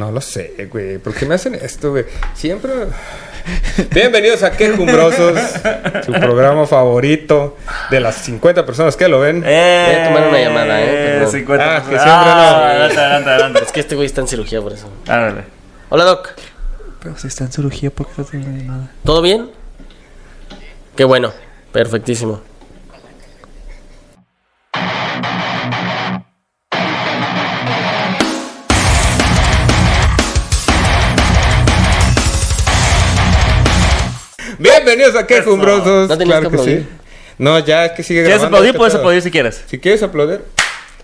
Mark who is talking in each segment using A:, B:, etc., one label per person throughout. A: No lo sé, güey. ¿Por qué me hacen esto, güey? Siempre. Bienvenidos a Quejumbrosos, su programa favorito de las 50 personas que lo ven.
B: Voy a tomar una llamada, eh, perdón.
C: 50.
A: Ah, que siempre no.
C: ah, adelante, adelante, adelante.
B: Es que este güey está en cirugía por eso.
C: Ándale.
B: Hola, Doc.
C: Pero si Pues está en cirugía, ¿por qué está haciendo una llamada?
B: ¿Todo bien? Qué bueno. Perfectísimo.
A: Bienvenidos a Quejumbrosos.
B: No tenías
A: claro
B: que
A: que sí.
B: aplaudir.
A: No, ya es que sigue
C: ¿Quieres
A: grabando.
C: aplaudir?
A: ¿qué
C: Puedes
A: pedo?
C: aplaudir si quieres.
A: Si quieres aplaudir.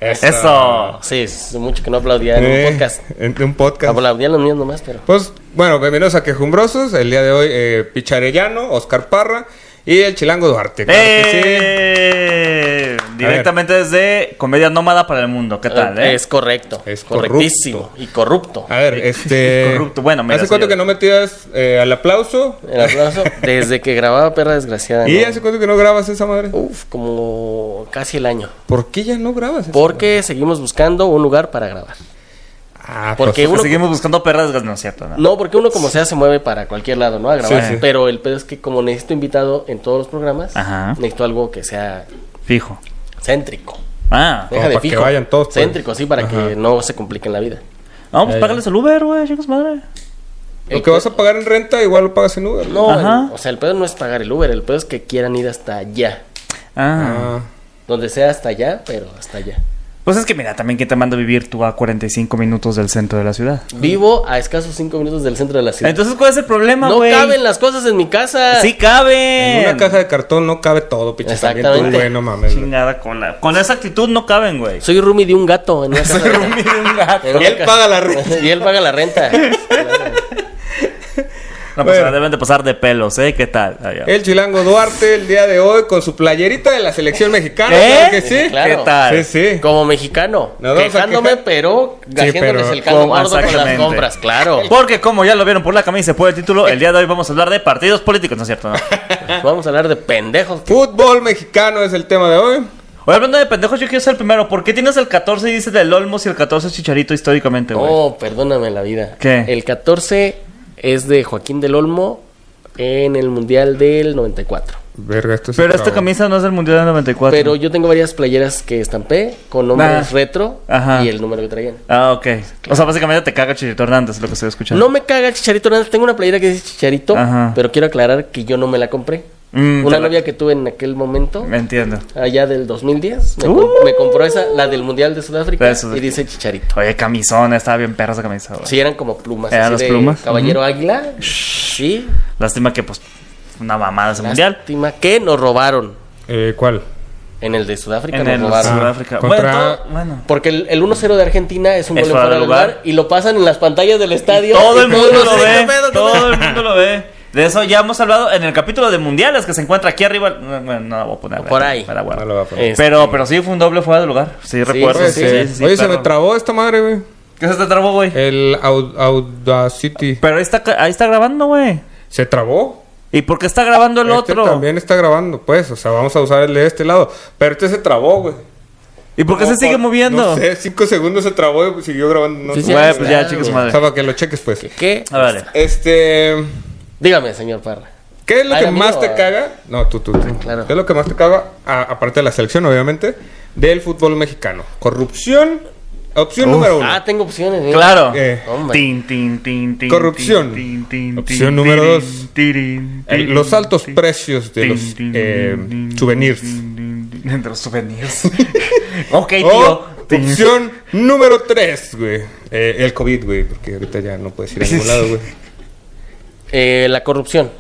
A: Eso.
C: Eso.
B: Sí, es mucho que no aplaudía en
A: Eh,
B: un podcast.
A: en un podcast.
B: Aplaudía a los míos nomás, pero.
A: Pues bueno, bienvenidos a Quejumbrosos. El día de hoy, eh, Picharellano, Oscar Parra y el Chilango Duarte. Claro que sí.
C: ¡Eh! Directamente desde Comedia Nómada para el Mundo. ¿Qué tal, eh?
B: Es correcto.
A: Es corrupto.
B: correctísimo. Y corrupto.
A: A ver, este.
C: Corrupto. Bueno, mira,
A: ¿Hace cuánto
C: señor.
A: que no metías eh, al aplauso?
B: El aplauso. Desde que grababa Perra Desgraciada.
A: ¿Y
B: ¿no?
A: hace cuánto que no grabas esa madre?
B: Uf, como casi el año.
A: ¿Por qué ya no grabas?
B: Porque seguimos buscando un lugar para grabar.
A: Ah,
B: porque
A: pues,
B: uno-
C: Seguimos buscando perras, no es cierto, ¿no?
B: No, porque uno como sea se mueve para cualquier lado, ¿no? A grabar.
A: Sí, sí.
B: Pero el pedo es que como necesito invitado en todos los programas,
C: Ajá.
B: necesito algo que sea
C: Fijo.
B: céntrico.
C: Ah.
B: Deja de
A: para que
B: fijo.
A: vayan todos, pues.
B: Céntrico, sí, para que no se compliquen la vida.
C: No, pues
A: Ya,
C: págales el Uber, güey, chicos, madre.
A: Lo que vas a pagar en renta, igual lo pagas en Uber.
B: No,
C: Ajá.
B: el- o sea, el pedo no es pagar el Uber, el pedo es que quieran ir hasta allá.
C: Ah.
A: Ah,
B: Donde sea hasta allá, pero hasta allá.
C: Pues es que mira, también que te mando a vivir tú a 45 minutos del centro de la ciudad.
B: Vivo a escasos cinco minutos del centro de la ciudad.
C: Entonces, ¿cuál es el problema,
B: no
C: güey?
B: caben las cosas en mi casa.
C: Sí caben.
A: en una caja de cartón no cabe todo, pinche. también tú,
B: Exactamente.
A: güey, no mames. güey.
C: Chingada cola. Con esa actitud no caben, güey.
B: Soy roomie de un gato en una casa.
A: Y
B: En una
A: él
B: casa-
A: paga la renta.
B: y él paga la renta.
C: No, pues se la deben de pasar de pelos, ¿eh? ¿Qué tal? Ah, ya.
A: El Chilango Duarte, el día de hoy, con su playerita de la selección mexicana.
C: ¿Eh?
A: claro que sí?
B: Claro.
C: ¿Qué tal?
A: Sí, sí.
B: Como mexicano.
A: Nos vamos a
B: quejándome,
A: quejar.
B: pero haciéndoles
A: pero-
B: el caldo
C: Como-
B: gordo con las
C: exactamente.
B: compras, claro.
C: Porque como ya lo vieron por la camisa y por el título, el día de hoy vamos a hablar de partidos políticos, ¿no es cierto? No?
B: Vamos a hablar de pendejos.
A: Fútbol mexicano es el tema de hoy.
C: Oye, hablando de pendejos, yo quiero ser el primero. ¿Por qué tienes el 14 y dices del Olmos y el 14 es Chicharito históricamente, güey?
B: Oh, perdóname la vida.
C: ¿Qué?
B: El 14 es de Joaquín del Olmo en el Mundial del 94.
A: Verga, esto es
C: Pero este
A: un
C: esta
A: trabajo.
C: camisa no es del Mundial del 94.
B: Pero yo tengo varias playeras que estampé con nombres
C: Ah.
B: retro
C: Ajá.
B: y el número que traían.
C: Ah, ok. O sea, básicamente te caga Chicharito Hernández, es lo que estoy escuchando.
B: No me caga Chicharito Hernández. Tengo una playera que dice Chicharito,
C: Ajá.
B: pero quiero aclarar que yo no me la compré.
C: Mm,
B: una
C: te la-
B: novia que tuve en aquel momento,
C: Me entiendo.
B: allá del 2010, me,
C: Uh.
B: com- me compró esa, la del Mundial de Sudáfrica,
C: De Sudáfrica.
B: y dice Chicharito.
C: Oye, camisona, estaba bien perra esa camisa, güey.
B: Sí, eran como plumas.
C: Eran
B: así
C: las
B: de
C: plumas,
B: Caballero
C: ujú.
B: Águila. Sí.
C: Lástima que, pues, una mamada ese Mundial.
B: Lástima que nos robaron.
A: Eh, ¿Cuál?
B: En el de Sudáfrica
C: En
B: nos
C: el
B: robaron.
C: Sudáfrica.
A: Ah,
C: Bueno,
A: contra-
C: todo- bueno.
B: Porque el, el 1-0 de Argentina es un
C: Es
B: gol en fuera de lugar. y lo pasan en las pantallas del estadio.
C: Todo el
B: Y
C: mundo
B: todos,
C: lo
B: "Sí,
C: ve.
B: qué pedo, qué
C: Todo
B: pedo".
C: el mundo lo ve. De eso ya hemos hablado en el capítulo de mundiales que se encuentra aquí arriba. No, Bueno, no la voy a poner.
B: Por ahí.
C: me la guardo.
A: No lo voy a poner.
B: Este,
C: Pero, pero sí fue un doble fuera de lugar. Sí, recuerdo.
B: puede
C: sí,
B: ser.
C: sí, sí,
A: Oye, se
C: perro.
A: me Eh. trabó esta madre, güey.
C: ¿Qué se te trabó, güey?
A: El Au- Audacity.
C: Pero ahí está, ca- ahí está grabando, güey.
A: ¿Se trabó?
C: ¿Y por qué está grabando el
A: Este
C: otro?
A: también está grabando, pues. O sea, vamos a usar el de este lado. Pero este se trabó, güey.
C: ¿Y por qué se
A: Como
C: sigue
A: por-
C: moviendo?
A: No sé, cinco segundos se trabó y siguió grabando. No
B: Sí,
A: sé.
B: sí.
C: Güey, pues ya,
B: Claro,
C: chicos,
B: güey.
A: O
C: madre.
A: sea, para que lo cheques, pues.
B: ¿Qué?
C: A ver.
A: Este.
B: Dígame, señor Parra.
A: ¿Qué es lo
B: Ah,
A: que
B: ¿era
A: más
B: mío,
A: te
B: ah?
A: caga? No, tú, tú, tú.
B: claro.
A: ¿Qué es lo que más te caga? A- aparte de la selección, obviamente. Del fútbol mexicano. Corrupción. Opción número uno.
B: Ah, tengo opciones. mira.
C: Claro.
A: Eh,
B: Hombre.
C: Tin, tin, tin, tin,
A: Corrupción.
C: tin, tin,
A: Opción
C: tin,
A: número
C: tirin,
A: dos.
C: tirin,
A: Eh,
C: tirin,
A: los altos
C: tin.
A: precios de
C: Tin,
A: los
C: tin,
A: eh,
C: tin, tin,
A: souvenirs.
C: tin, tin, tin. De los souvenirs.
A: O
C: ok, tío. Tin.
A: Oh, opción número 3, güey. Eh, el COVID, güey, porque ahorita ya no puedes ir a ningún lado, güey.
B: Eh, la corrupción.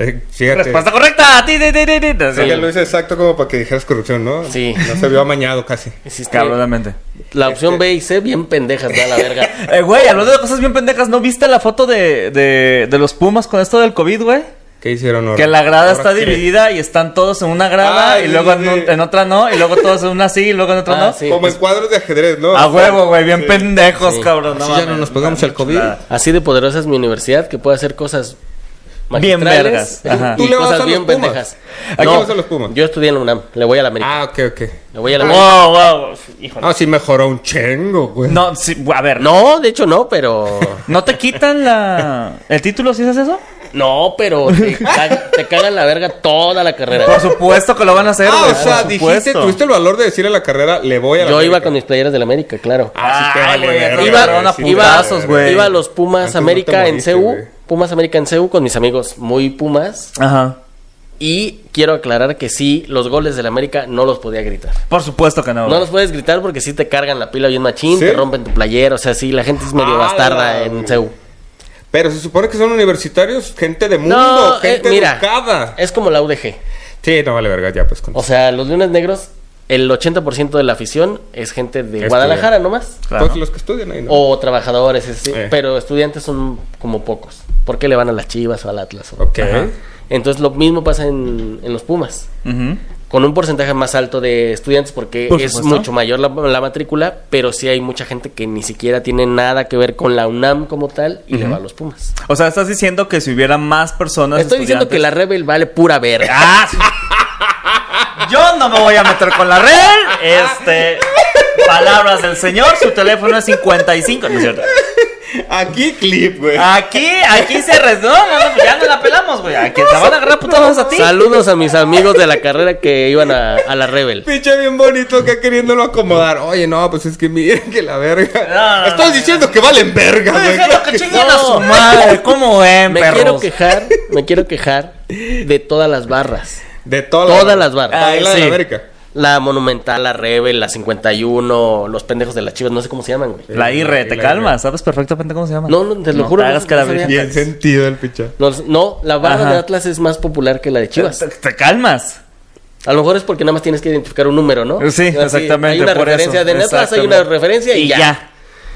A: Eh, fíjate.
C: Respuesta correcta. Tin, tin, tin, tin, tin.
A: O sea, ya lo hice exacto como para que dijeras corrupción, ¿no?
B: Sí.
A: No se vio amañado casi.
B: Hiciste
C: Cabronamente.
B: la opción B y C, bien pendejas, da la verga.
C: Eh, güey, hablando de cosas bien pendejas, ¿no viste la foto de, de, de los Pumas con esto del COVID, güey?
A: ¿Qué hicieron ahora?
C: Que la grada
A: Ahora
C: está
A: qué.
C: dividida y están todos en una grada
A: Ay,
C: y
A: Ah, sí,
C: luego
A: sí,
C: en, un-
A: sí.
C: en otra no, y luego todos en una sí y luego en otra
B: Ah,
C: no.
B: sí.
A: Como en cuadros de ajedrez, ¿no?
C: A
A: O sea,
C: huevo, Ah, güey, bien
A: sí.
C: pendejos, cabrón.
A: Así ya no nos pegamos
C: mames,
A: al COVID.
C: chulada.
B: Así de poderosa es mi universidad que puede hacer cosas
C: Bien
B: magistrales ¿eh?
C: vergas. Ajá.
A: ¿Tú
B: Y
A: le vas
B: cosas
A: a los
B: bien
A: Pumas?
B: pendejas.
A: ¿A quién vas a los Pumas?
B: Yo estudié en la UNAM. Le voy a la América.
A: Ah, ok, ok.
B: Le voy a la América.
C: Wow, wow. Híjole.
A: Ah, sí mejoró un chingo, güey.
C: No, sí, a ver, no.
B: No, de hecho no, pero.
C: ¿No te quitan la... el título si haces eso?
B: No, pero te, ca- te cagan la verga toda la
C: Por
B: carrera.
C: supuesto que lo van a hacer,
A: ah,
C: güey.
A: o sea,
C: por
A: dijiste,
C: supuesto.
A: tuviste el valor de decir en la carrera, le voy a la
B: Yo iba
A: América.
B: con mis playeras del América, claro.
A: Ah, sí te
C: Ay,
A: vale
C: güey,
A: verga,
C: te
B: Iba,
C: agarraron a
A: sí te
B: iba-
A: vale
C: putazos,
A: verga.
C: güey.
B: iba a los Pumas
A: Antes no te
B: América en
A: moriste,
B: CEU.
A: güey.
B: Pumas América en CEU con mis amigos muy Pumas.
C: Ajá.
B: Y quiero aclarar que sí, los goles del América no los podía gritar.
C: Por supuesto que no.
B: No
C: güey.
B: los puedes gritar porque sí te cargan la pila bien machín,
A: ¿Sí?
B: te rompen tu playera. O sea, sí, la gente es medio
A: Ah, la-
B: bastarda en CEU.
A: Pero se supone que son universitarios, gente de mundo,
B: No, eh,
A: gente
B: mira,
A: educada.
B: es como la UDG.
A: Sí, no vale verga, ya pues. con-
B: O sea, los Leones Negros, el 80% de la afición es gente de
A: Estudiante.
B: Guadalajara nomás.
C: Claro.
A: Pues los que estudian ahí, ¿no?
B: O trabajadores, es decir,
A: Eh.
B: pero estudiantes son como pocos. Porque le van a las Chivas o al Atlas? o-
A: Ok.
C: Ajá.
B: Entonces lo mismo pasa en, en los Pumas.
C: Ujú.
B: Con un porcentaje más alto de estudiantes porque
C: Por
B: es
C: supuesto.
B: mucho mayor la, la matrícula, pero sí hay mucha gente que ni siquiera tiene nada que ver con la UNAM como tal y le va a los Pumas.
C: O sea, estás diciendo que si hubiera más personas.
B: Estoy diciendo que la Rebel vale pura verga.
C: ¡Ah! sí. ¡Ah! Yo no me voy a meter con la red. Este. Palabras del señor. Su teléfono es 55. ¿No es cierto?
A: Aquí clip, güey.
C: Aquí, aquí se resonó. No, no, ya no la pelamos, güey. Aquí te van a agarrar putados a ti.
B: Saludos a mis amigos de la carrera que iban a, a la Rebel.
A: Pinche bien bonito que queriéndolo acomodar. Oye, no, pues es que miren que la verga.
C: No, no,
A: Estás
C: no,
A: diciendo que valen verga,
C: Estoy
A: güey.
C: diciendo que chinguen a su madre. ¿Cómo ven,
B: Me quiero
C: perros?
B: quejar, me quiero quejar de todas las barras.
A: De todas,
B: Todas las barras.
A: Ahí la de
C: Ay,
A: la
C: sí.
A: América.
B: La Monumental, la Rebel, la 51, los pendejos de las chivas, no sé cómo se llaman, güey.
C: La IRE, te
A: La
C: calmas. Sabes perfectamente cómo se llama.
B: No, no, te lo juro,
C: Te
B: no-
C: hagas que la
B: no sabía.
A: Bien sentido el pinche.
B: No, no, la barra
C: Ajá.
B: de Atlas es más popular que la de Chivas.
C: Te, te calmas.
B: A lo mejor es porque nada más tienes que identificar un número, ¿no?
C: Sí,
B: Así,
C: exactamente.
B: Hay una
C: por
B: referencia
C: eso.
B: de Atlas, hay una
C: Exactamente.
B: referencia y, ya.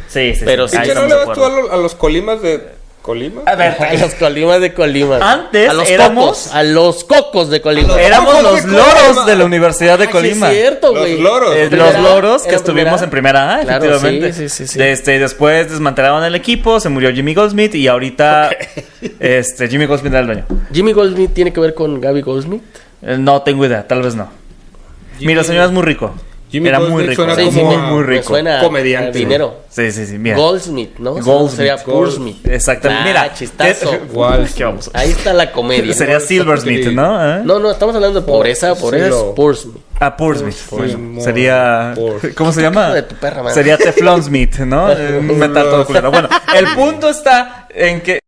C: Sí, sí.
B: Pero
C: sí.
B: sí.
C: Ahí
A: Pinche, ¿no
C: estamos
A: le vas
C: de
A: tú
C: acuerdo. Ah,
A: a, lo- a los colimas de. ¿Colima?
C: A ver,
B: A los colimas de Colima.
C: Antes
B: a los
C: éramos-
B: cocos, a los cocos de Colima.
A: Era-
C: Éramos los
A: Colima.
C: loros de la Universidad de
B: Ah, sí
C: Colima.
B: es cierto,
A: Los
B: güey.
A: loros.
C: Eh,
A: En
C: los
B: Primera A,
C: loros que
B: era
C: estuvimos en primera A,
B: Claro,
C: efectivamente.
B: Sí, sí, sí. sí.
C: De Este, después desmantelaron el equipo, se murió Jimmy Goldsmith y ahorita este, Jimmy Goldsmith era el dueño.
B: Jimmy Goldsmith tiene que ver con Gaby Goldsmith.
C: Eh, No tengo idea, tal vez no. Mira, el señor es muy rico.
A: Jimmy
C: era muy
A: Goldsmith
C: rico.
A: suena
C: sí,
A: como
C: muy,
A: a-
C: muy
B: me
C: rico.
B: Suena a-
A: Comediante.
B: a dinero.
C: Sí, sí, sí, mira.
B: Goldsmith, ¿no?
C: Goldsmith.
B: Sería Goldsmith.
C: Exactamente.
B: Ah,
C: mira,
B: chistazo.
A: Igual.
C: ¿Qué vamos?
B: Ahí está la comedia.
C: Sería Silversmith, ¿no? ¿Eh?
B: No, no, estamos hablando de pobreza,
A: Sí,
B: pobreza es
A: lo-
B: Goldsmith.
C: A Portsmouth.
A: Portsmouth.
C: Bueno, sería.
A: Portsmouth.
C: ¿Cómo se
B: Hijo
C: llama?
B: de tu perra madre.
C: sería Teflon Smith, ¿no? Eh, Un metal todo culero. Bueno, el punto está en que.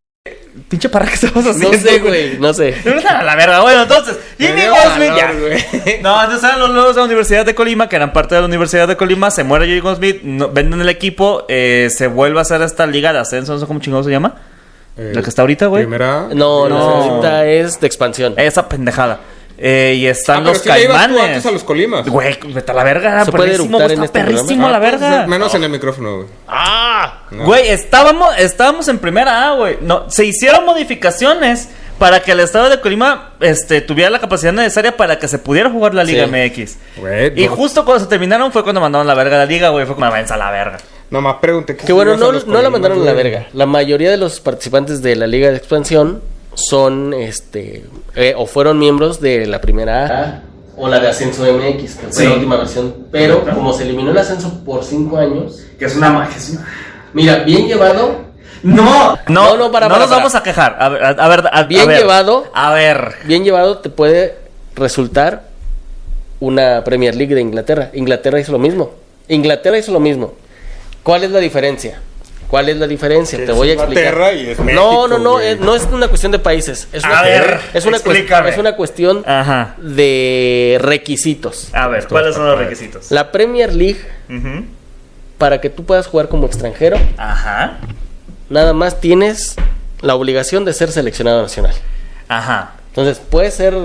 C: Pinche parra que estamos
B: No
C: haciendo.
B: sé, güey, no sé.
C: No está a la verga. Bueno, entonces, Jimmy
A: dio
C: Goldsmith ya.
A: valor, güey.
C: No, entonces eran los lobos de la Universidad de Colima, que eran parte de la Universidad de Colima. Se muere Jimmy Goldsmith, no- venden el equipo, eh, se vuelve a hacer esta liga de ascenso, no sé cómo chingado se llama.
A: Eh,
C: La que está ahorita, güey.
A: Primera. Ah,
B: No, la
C: No.
B: segunda es de expansión.
C: Esa pendejada. Eh, y
A: Ah,
C: están
A: pero
C: los
A: sí le ibas tú
C: caimanes.
A: antes a los colimas.
C: Güey, vete a la verga, era
B: ¿Se puede
C: buenísimo,
B: eructar
C: güey,
B: en
C: está
B: este
C: perrísimo
B: programa?
C: a la
A: Ah,
C: verga.
A: Menos en el micrófono, güey.
B: ¡Ah!
A: No.
C: Güey, estábamos, estábamos en primera A, güey. No, se hicieron modificaciones para que el estado de Colima este, tuviera la capacidad necesaria para que se pudiera jugar la Liga
B: Sí.
C: MX.
A: Güey,
C: y
A: no.
C: justo cuando se terminaron fue cuando mandaron la verga a la liga, güey. Fue como avanza la verga.
A: Nomás pregunté.
B: Que bueno, no, no la mandaron a la verga. La mayoría de los participantes de la Liga de Expansión son, este, eh, o fueron miembros de la primera A o la de Ascenso MX, que fue
C: Sí.
B: la última versión. Pero como se eliminó el ascenso por cinco años,
C: Que es una magia.
B: mira, bien llevado,
C: No, no, no,
B: No, no, para, para,
C: nos
B: para.
C: vamos a quejar. A ver, a, a ver, a- a
B: Bien
C: ver.
B: llevado.
C: A ver.
B: bien llevado te puede resultar una Premier League de Inglaterra. Inglaterra hizo lo mismo. Inglaterra hizo lo mismo. ¿Cuál es la diferencia? ¿Cuál es la diferencia? Te voy a explicar.
A: Inglaterra y es México,
B: no, no, no,
A: güey.
B: es- no es una cuestión de países. Es
C: A
B: una,
C: ver,
B: es una, cues-
C: explícame.
B: es una cuestión
A: Ah.
C: Ajá.
B: de requisitos.
C: A ver, ¿cuáles son los requisitos?
B: La Premier League,
C: Ujú.
B: para que tú puedas jugar como extranjero,
C: Ajá.
B: nada más tienes la obligación de ser seleccionado nacional.
C: Ajá.
B: Entonces, puedes ser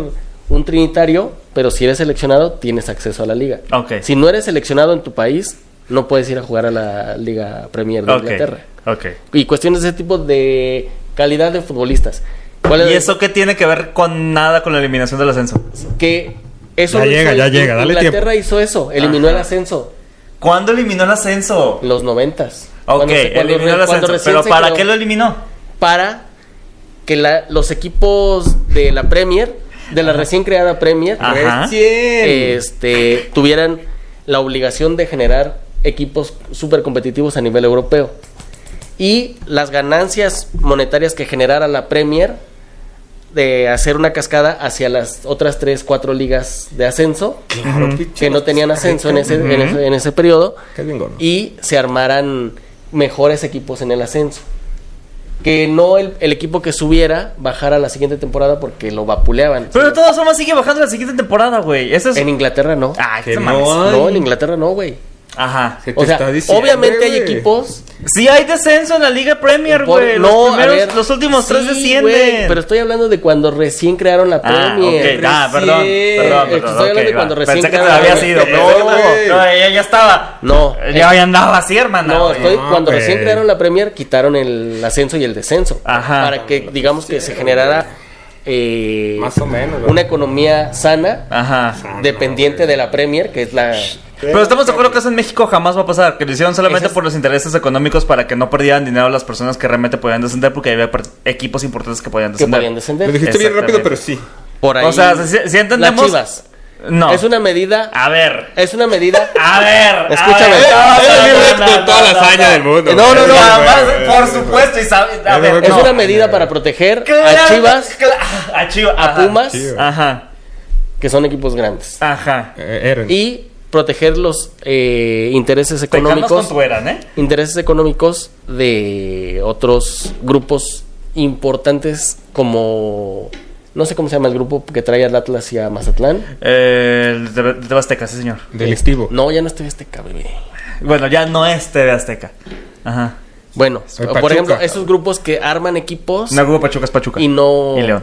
B: un trinitario, pero si eres seleccionado, tienes acceso a la liga.
C: Ok.
B: Si no eres seleccionado en tu país, no puedes ir a jugar a la Liga Premier de
C: Ok,
B: Inglaterra.
C: Ok.
B: Y cuestiones de ese tipo de calidad de futbolistas. ¿Cuál
C: ¿Y
B: es-
C: eso qué tiene que ver con nada con la eliminación del ascenso?
B: Que eso
A: Ya
B: lo
A: llega, ya
B: In-
A: llega, dale
B: Inglaterra hizo eso, eliminó
C: Ajá.
B: el ascenso.
C: ¿Cuándo eliminó el ascenso?
B: Los noventas.
C: Ok,
B: Cuando se- cuando
C: eliminó
B: re-
C: el
B: cuando
C: ascenso.
B: recién
C: ¿Pero
B: se
C: para
B: creó-
C: qué lo eliminó?
B: Para que la- los equipos de la Premier, de la recién creada Premier,
C: Ah. Ajá.
A: Recién.
B: este, tuvieran la obligación de generar equipos súper competitivos a nivel europeo. Y las ganancias monetarias que generara la Premier de hacer una cascada hacia las otras tres, cuatro ligas de ascenso,
A: Claro, pinche.
B: que no tenían ascenso en ese, en ese, en ese periodo,
A: Qué bien gordo.
B: y se armaran mejores equipos en el ascenso. Que no el, el equipo que subiera bajara la siguiente temporada porque lo vapuleaban.
C: Pero de todas formas sigue bajando la siguiente temporada, güey. Eso es.
B: En Inglaterra no.
C: Ay,
A: Que
C: qué
A: no
C: mames.
A: hay.
B: No, en Inglaterra no, güey.
C: Ajá.
A: ¿Qué te
B: O sea,
A: está diciendo,
B: obviamente hay
A: güey?
B: equipos.
C: Sí hay descenso en la Liga Premier,
B: por-
C: güey.
B: no,
C: los,
B: a
C: primeros-
B: ver,
C: los últimos tres
B: sí,
C: descienden.
B: güey, pero estoy hablando de cuando recién crearon la
C: Ah,
B: Premier.
C: ok, nah, perdón,
A: Recién.
C: perdón,
B: Estoy
C: perdón.
B: hablando
C: ok,
B: de
C: va.
B: cuando recién
C: Pensé que te
B: crearon
C: había
B: la-
C: sido.
A: Pensé
C: No,
A: que te-
C: no, ella ya estaba.
B: No.
C: Ya, ya andaba así, hermana.
B: No,
C: güey.
B: estoy,
A: no,
B: cuando
A: güey.
B: recién crearon la Premier quitaron el ascenso y el descenso.
C: Ajá.
B: Para que digamos que se generara eh,
A: Más o menos, güey.
B: una economía sana
C: Ah, Ajá.
B: dependiente de la Premier, que es la...
C: Pero estamos de acuerdo que eso en México jamás va a pasar. Que lo hicieron solamente
B: Esas-
C: por los intereses económicos para que no perdieran dinero las personas que realmente podían descender. Porque había per- equipos importantes que podían
B: que
C: descender.
B: podían
A: Lo
B: descender.
A: dijiste bien
C: Exactamente.
A: rápido, pero sí.
B: Por ahí,
C: O sea, si, si entendemos.
B: las chivas.
C: No. Ah.
B: Es una medida...
C: A ver.
B: Es una medida...
C: A ver.
B: Escúchame.
C: a ver,
A: Eh, eh,
C: no, no, no,
A: eh,
C: no,
A: con
C: no,
A: toda la
C: no,
A: hazaña
C: no.
A: del mundo.
B: No, no, no,
A: Eh,
C: Además,
A: eh,
C: por
A: eh,
C: supuesto, y sabe- a
A: Eh,
C: ver,
A: eh,
B: Es
A: no.
B: una medida para proteger
C: Claro,
B: a Chivas,
C: cla- A Chivas.
B: a
C: ajá.
B: Pumas,
A: Chivas.
C: Ajá.
B: que son equipos grandes.
C: Ajá.
A: Eh, Eren.
B: Y proteger los eh, intereses
C: Te calmas con
B: económicos.
C: tu eran, ¿eh?
B: intereses económicos de otros grupos importantes como no sé cómo se llama el grupo que trae al Atlas y a Mazatlán.
C: Eh, El de, de Azteca, sí, señor.
A: Delictivo.
B: No, ya no estoy este bebé.
C: Bueno, ya no es TV Azteca. Ajá.
B: Bueno,
A: Soy
B: por
A: Pachuca.
B: ejemplo, esos grupos que arman equipos
C: No hubo Pachuca, es Pachuca.
B: y no
C: Y León.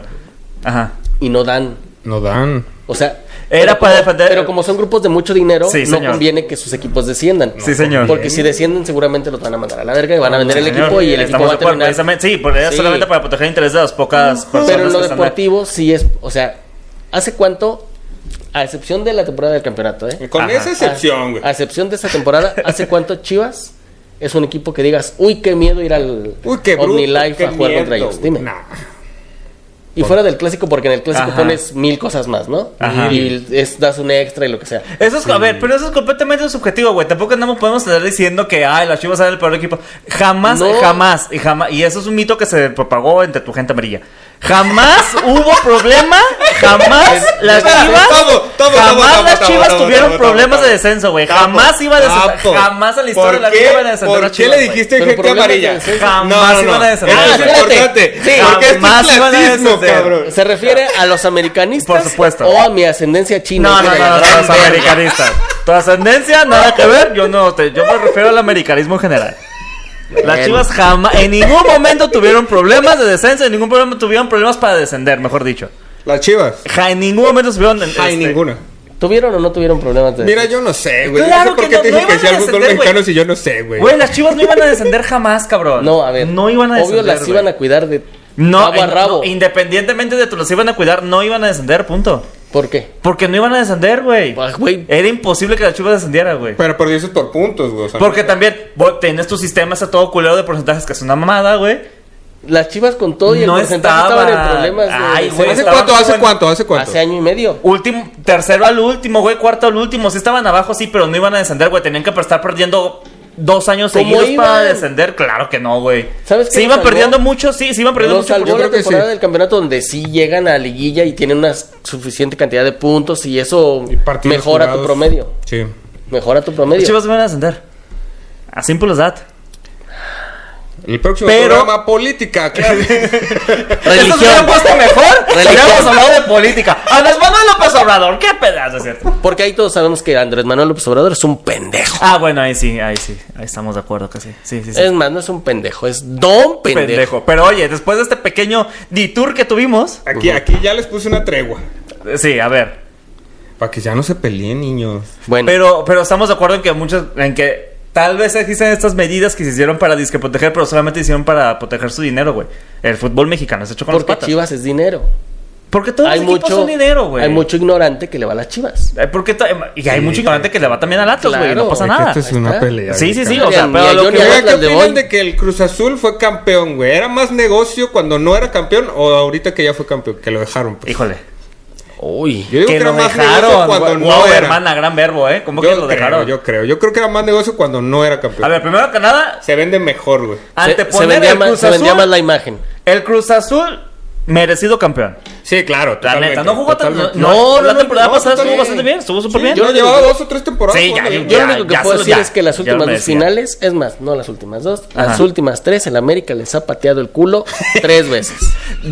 C: Ajá.
B: y no dan,
A: No dan.
B: o sea,
C: Era
B: pero
C: para
B: como-
C: defender-
B: pero como son grupos de mucho dinero,
C: Sí,
B: no
C: señor.
B: conviene que sus equipos desciendan.
C: Sí, señor.
B: Porque si descienden seguramente los van a mandar a la verga y van a vender el
C: Señor,
B: equipo y el equipo
C: estamos
B: va
C: de
B: a
C: acuerdo,
B: terminar
C: precisamente. Sí, porque era
B: Sí.
C: solamente para proteger el interés de las pocas personas.
B: Pero en lo
C: que están ahí.
B: deportivo sí es, o sea, ¿hace cuánto? A excepción de la temporada del campeonato, ¿eh?
A: Con
C: Ajá.
A: esa excepción, güey.
B: A, a excepción de esa temporada, ¿hace cuánto Chivas es un equipo que digas, uy, qué miedo ir al
A: Uy, qué bruto.
B: OmniLife
A: qué
B: a jugar
A: mierda,
B: contra ellos?
A: güey.
B: Dime.
A: Nah.
B: Y fuera del clásico, porque en el clásico
C: Ajá.
B: pones mil cosas más, ¿no?
C: Ajá.
B: Y es- das un extra y lo que sea.
C: Eso es, a ver, pero eso es completamente subjetivo, güey. Tampoco andamos podemos estar diciendo que, ay, las Chivas eran el peor equipo. Jamás,
B: No.
C: jamás, y jamás. Y eso es un mito que se propagó entre tu gente amarilla. Jamás hubo problema, jamás las
A: Espera,
C: Chivas,
A: tomo, tomo,
C: jamás
A: tomo, tomo,
C: las
A: tomo,
C: Chivas
A: tomo,
C: tuvieron
A: tomo,
C: problemas
A: tomo,
C: de descenso, güey.
A: Tapo,
C: Jamás iba a descender,
A: tapo.
C: jamás en la historia de
A: ¿Por
C: la
A: qué-
C: liga iban a descender.
A: ¿Por
C: las
A: qué
C: Chivas,
A: le
C: güey.
A: dijiste
B: Pero
A: gente
B: problemas de
A: amarilla?
B: descenso.
C: Jamás iban a descender.
A: Eso
B: Ah,
A: es
B: espérate.
A: importante.
B: Sí.
A: Porque esto
C: Jamás
A: es
C: iban a
A: clasismo,
C: descender.
A: cabrón.
B: ¿Se refiere a los americanistas?
C: Por supuesto.
B: O a mi ascendencia china.
C: No,
B: Mira,
C: no,
B: la
C: no, no,
B: gran
C: los
B: verga.
C: americanistas. Tu ascendencia, nada que ver. Yo no, te, yo me refiero al americanismo en general. Las
B: Bien.
C: chivas jamás, en ningún momento tuvieron problemas de descenso, en ningún momento tuvieron problemas para descender, mejor dicho.
A: Las chivas.
C: Ja, en ningún momento tuvieron.
A: Hay
C: este,
A: ninguna.
B: ¿Tuvieron o no tuvieron problemas de
A: Mira, yo no sé, güey.
C: Claro
A: no sé por
C: que
A: qué
C: no,
A: te
C: no
A: dije que
C: iban a
A: si al fútbol
C: descender,
A: mexicano
C: güey.
A: si yo no sé, güey.
C: Güey, las chivas no iban a descender jamás, cabrón.
B: No, a ver.
C: No iban a descender.
B: Obvio las
C: güey.
B: iban a cuidar de
C: No,
B: rabo a
C: en-
B: rabo.
C: no, independientemente de que los iban a cuidar, no iban a descender, punto.
B: ¿Por qué?
C: Porque no iban a descender, güey.
B: Pues, güey,
C: Era imposible que las chivas descendiera, güey.
A: Pero por eso es por puntos, güey. o sea,
C: Porque también vos tenés tus sistemas a todo culero de porcentajes que es una mamada, güey.
B: Las chivas con todo y el
C: No
B: porcentaje estaban en
C: estaban.
B: problemas. de-
C: Ay,
B: de-
C: güey,
A: ¿Hace
C: estaban
A: cuánto?
C: muy
A: ¿Hace
C: buenos.
A: cuánto? ¿Hace cuánto?
B: Hace año y medio.
C: Último, tercero al último, güey, cuarto al último. Sí estaban abajo, sí, pero no iban a descender, güey. Tenían que estar perdiendo dos años
B: ¿Cómo
C: seguidos
B: iban?
C: para descender. Claro que no, güey.
B: ¿Sabes qué
C: Se
B: nos
C: iban
B: salvó?
C: perdiendo mucho, sí, se iban perdiendo
B: Lo
C: mucho.
B: salvó
A: creo
B: la
A: que
B: temporada
A: sí.
B: del campeonato donde sí llegan a liguilla y tienen una suficiente cantidad de puntos y eso
A: y partidos
B: mejora tu
A: jugados.
B: promedio.
A: Sí.
B: Mejora tu
C: Las
B: promedio.
C: chivas iban a descender. A simple as that.
A: El próximo
C: Pero-
A: programa política, claro.
C: Esto se hubiera puesto mejor si hubiéramos hablado de política. Andrés Manuel López Obrador, qué pedazo, es ¿cierto?
B: Porque ahí todos sabemos que Andrés Manuel López Obrador es un pendejo.
C: Ah, bueno, ahí sí, ahí sí. Ahí estamos de acuerdo que sí. Sí, sí, sí.
B: Es más, no es un pendejo, es don pendejo.
C: pendejo. Pero oye, después de este pequeño detour que tuvimos.
A: Aquí, aquí ya les puse una tregua.
C: eh, Sí, a ver.
A: Para que ya no se peleen, niños.
B: Bueno,
C: Pero, pero estamos de acuerdo en que muchas, en que tal vez existen estas medidas que se hicieron para disque proteger, pero solamente hicieron para proteger su dinero, güey. El fútbol mexicano es hecho con los
B: porque
C: patas.
B: Chivas es dinero.
C: Porque todos
B: hay
C: los equipos
B: mucho,
C: son dinero, güey.
B: hay mucho ignorante que le va a las chivas.
C: Eh, Porque to- y hay
A: Sí,
C: mucho ignorante que le va también al Atlas, güey.
B: claro. este
C: No pasa
B: Es
A: que
C: nada.
A: Esto es
B: Ahí
A: una
B: está.
A: pelea.
C: Sí,
A: de
C: sí, sí.
A: cabrón.
C: O sea,
B: Ni
C: pero
B: a
C: lo
B: Johnny
C: que-
B: Atlas
A: Oigan, ¿Qué
B: de
A: opinan
B: Boy.
A: de que el Cruz Azul fue campeón, güey? ¿Era más negocio cuando no era campeón o ahorita que ya fue campeón? Que lo dejaron, pues.
C: Híjole.
B: Uy.
A: Yo digo que,
C: que
A: era
C: lo
A: más negocio
C: dejaron.
A: cuando
C: Wow,
A: no era.
C: hermana, gran verbo, ¿eh? ¿Cómo
A: yo
C: que lo dejaron?
A: Creo, yo creo. Yo creo que era más negocio cuando no era campeón.
C: A ver, primero que nada,
A: Se vende mejor, güey.
B: Se,
C: anteponer
B: se vendía
C: el
B: más,
C: Cruz
B: se vendía más
C: Azul.
B: la imagen.
C: El Cruz Azul, merecido campeón.
A: Sí, claro.
C: La neta, no jugó tan. No,
A: totalmente.
C: no,
B: No,
C: la
B: no,
C: temporada
A: no,
C: pasada
A: está
C: estuvo
A: bien.
C: bastante bien, estuvo súper bien.
A: Yo
B: no
A: no
B: le
A: llevaba
B: digo-
A: dos o tres temporadas.
C: Sí,
A: jugando,
C: ya,
A: güey.
B: Yo
C: Ya,
B: lo único que
C: ya
B: puedo
C: se-
B: decir
C: ya,
B: es que las
C: ya
B: últimas
C: me
B: dos
C: decía.
B: finales, es más, no las últimas dos, las
C: Ajá.
B: últimas tres, el América les ha pateado el culo tres veces.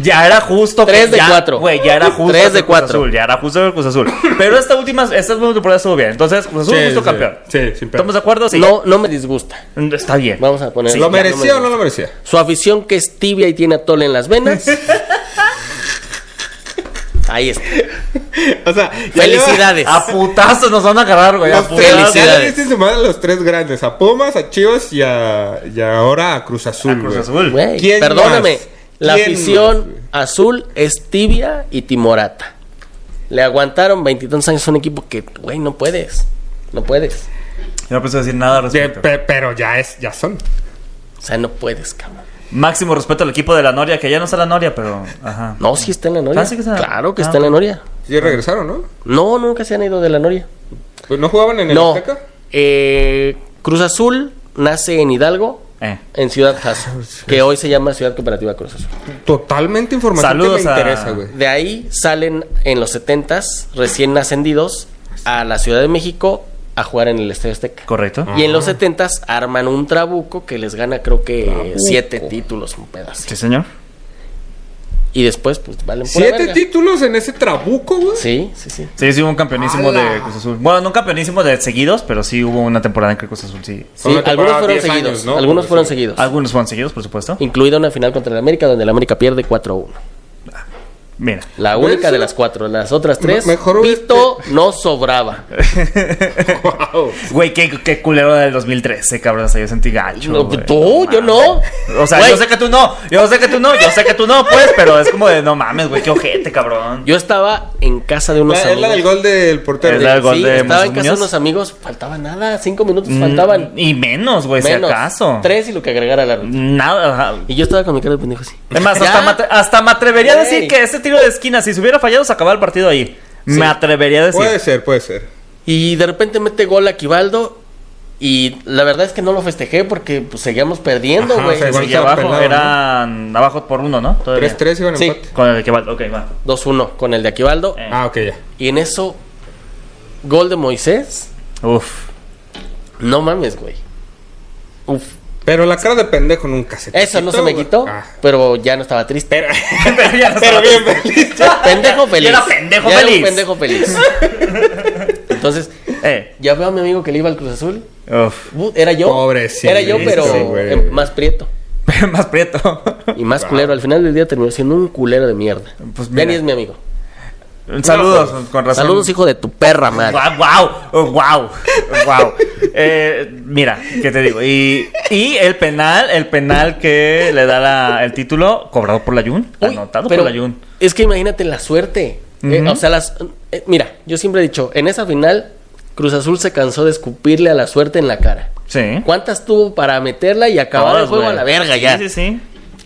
C: Ya era justo. que-
B: Tres de
C: ya,
B: cuatro.
C: Güey, ya era justo.
B: Tres de
C: el Cruz
B: cuatro.
C: Azul, ya era justo el Cruz Azul. Pero esta última, esta última temporada estuvo bien. Entonces, Cruz Azul
A: Sí,
C: justo
A: sí,
C: campeón.
A: sí, sin pedo.
C: ¿Estamos de acuerdo? Sí.
B: No, no me disgusta.
C: Está bien.
B: Vamos a poner.
A: ¿Lo merecía o no lo merecía?
B: Su afición que es tibia y tiene atole en las venas. Ahí está.
A: O sea, ya
B: Felicidades.
C: A putazos nos van a agarrar, güey.
A: lleva-
C: A
A: Los tres,
C: putazos.
A: ya le
B: Felicidades.
A: diste su madre a los tres grandes, a Pumas, a Chivas y, a, y ahora a Cruz Azul.
C: A Cruz
A: güey.
C: Azul.
B: Güey,
A: ¿Quién
B: perdóname.
A: más?
B: La
A: ¿Quién más,
B: afición azul es tibia y timorata. Le aguantaron veintitantos años a un equipo que, güey, no puedes. No puedes.
C: Yo no pienso decir nada al
A: De-
C: respecto.
A: pe- pero ya es, ya son.
B: O sea, no puedes, cabrón.
C: Máximo respeto al equipo de la Noria, que ya no está la Noria, pero. Ajá.
B: No, sí está en la noria.
C: Ah, sí que está-
B: Claro que
C: ah,
B: está en la noria.
A: Ya regresaron, ¿no?
B: No, nunca se han ido de la noria.
A: Pues no jugaban en el
B: No.
A: Azteca.
B: Eh, Cruz Azul nace en Hidalgo,
C: Eh.
B: en Ciudad Jaso,
A: Ah,
B: que hoy se llama Ciudad Cooperativa Cruz Azul.
A: Totalmente información
C: Saludos
A: que me
C: a-
A: interesa, güey.
B: De ahí salen en los 70s, recién ascendidos, a la Ciudad de México a jugar en el Estadio Azteca.
C: Correcto.
B: Y en
A: Ah.
B: los 70s arman un trabuco que les gana creo que siete títulos, un pedazo.
C: Sí, señor.
B: Y después pues valen pura
A: Siete
B: verga.
A: títulos en ese trabuco, güey.
B: Sí, sí, sí.
C: Sí, sí, hubo un campeonísimo
A: ¡Hala!
C: de Cruz Azul. Bueno, no un campeonísimo de seguidos, pero sí hubo una temporada en que Cruz Azul sí.
B: Sí,
A: Una temporada,
B: algunos fueron
A: 10 años,
B: seguidos,
A: ¿no?
B: algunos
A: Por
B: fueron
A: decir.
B: seguidos.
C: Algunos fueron seguidos, por supuesto.
B: Incluida una final contra el América donde el América pierde 4-1.
C: Mira.
B: La
A: Güey,
B: única
A: eso-
B: de las cuatro, las otras tres,
A: Me- mejor hubiera-
B: Pito no sobraba.
A: Wow.
C: Güey, qué, qué culero del 2013, cabrón. O sea, yo sentí gacho.
B: No,
C: güey.
B: tú, yo no.
C: O sea,
B: Güey.
C: yo sé que tú no. Yo sé que tú no. Yo sé que tú no, pues. Pero es como de no mames, güey. Qué ojete, cabrón.
B: Yo estaba en casa de unos
A: La- es
B: amigos.
A: la del gol del portero.
C: Es la del gol
B: sí,
C: de
B: estaba en
C: Moisés
B: casa
C: Muñoz.
B: de unos amigos, faltaba nada, cinco minutos
C: Mm,
B: faltaban.
C: Y menos, güey, si
B: menos,
C: acaso.
B: Tres y lo que agregara la
C: Nada. ajá.
B: Y yo estaba con mi cara de pendejo así.
C: Es más,
B: Ya,
C: hasta me, atre- hasta me atrevería a decir
B: Güey.
C: que ese tiro de esquina, si se hubiera fallado, se acababa el partido ahí.
B: Sí.
C: Me atrevería a decir.
A: Puede ser, puede ser.
B: Y de repente mete gol a Quibaldo. Y la verdad es que no lo festejé porque pues, seguíamos perdiendo,
A: Ajá,
B: güey.
A: o sea, igual
C: Y
A: estaba
C: Eh, abajo
A: pelado, ¿no?
C: eran abajo por uno, ¿no? Todavía.
A: 3-3 iban a
B: Sí.
A: empate.
C: Con el que va. Ok, va.
B: 2-1 con el de Aquivaldo.
C: Eh.
A: Ah, ok, ya.
B: Y en eso, gol de Moisés.
C: Uf.
B: No mames, güey. Uf.
A: Pero la cara de pendejo nunca se te
B: Eso no se me
A: güey.
B: quitó,
A: Ah.
B: pero ya no estaba triste.
A: Pero,
C: Pero ya no
A: pero
C: sabes.
A: bien feliz.
B: pendejo
C: Ya
B: feliz.
C: era pendejo
B: Ya era un
C: feliz.
B: pendejo feliz. Entonces,
C: Eh.
B: ya veo a mi amigo que le iba al Cruz Azul.
C: Uf.
B: Uh, Era yo.
A: Pobrecito,
B: Era yo, pero
A: güey.
B: eh, más prieto.
C: Más prieto.
B: Y más culero. Al final del día terminó siendo un culero de mierda.
C: Pues
B: Ya
C: mira.
B: ni es mi amigo.
C: Saludos, con razón.
B: pues, Saludos, hijo de tu perra madre.
C: Guau, guau, guau, guau. Eh, mira, ¿qué te digo? Y, y el penal, el penal que le da la- el título, cobrado por la Jun,
B: Uy,
C: anotado
B: pero
C: por la Jun.
B: Es que imagínate la suerte. Eh,
C: Ujú.
B: o sea, las, eh, mira, yo siempre he dicho, en esa final, Cruz Azul se cansó de escupirle a la suerte en la cara.
C: Sí.
B: ¿Cuántas tuvo para meterla y acabar
C: Todas,
B: el juego
C: güey.
B: a la verga ya?
C: Sí, sí,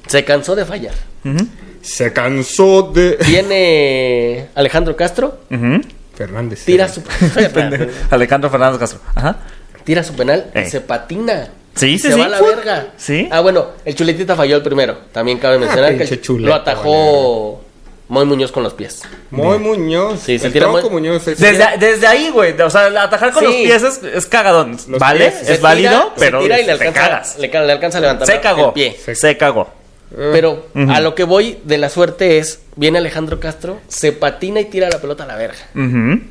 B: Se cansó de fallar.
C: sí. Ujú,
A: Se cansó de.
B: Viene Alejandro Castro,
C: ujú.
A: Fernández.
B: tira su,
C: Pendejo. Alejandro Fernández Castro. Ajá.
B: tira su penal y
C: Eh.
B: se patina.
C: Sí, sí,
B: se
C: sí.
B: va a la verga.
C: Sí. Ah,
B: Ah, bueno, el chuletita falló el primero. También cabe mencionar que
A: pinche
B: el-
A: chuleta,
B: lo atajó Moy Muñoz con los pies.
A: Muy Muñoz.
B: Sí, se
A: el
B: tira
A: tronco
B: muy-
A: Muñoz. ese.
C: Desde, desde ahí, güey. O sea, atajar con
B: Sí.
C: los pies es, es cagadón.
A: Los
C: ¿Vale?
A: pies.
C: Es
B: Se tira,
C: válido,
B: se
C: pero
B: tira y le
C: te
B: alcanza,
C: cagas.
B: Le, ca- le alcanza a levantar
C: Se cagó.
B: el pie.
C: Se cagó.
A: Eh,
B: Pero
C: Ujú.
B: a lo que voy de la suerte es, viene Alejandro Castro, se patina y tira la pelota a la verga.
C: Ujú.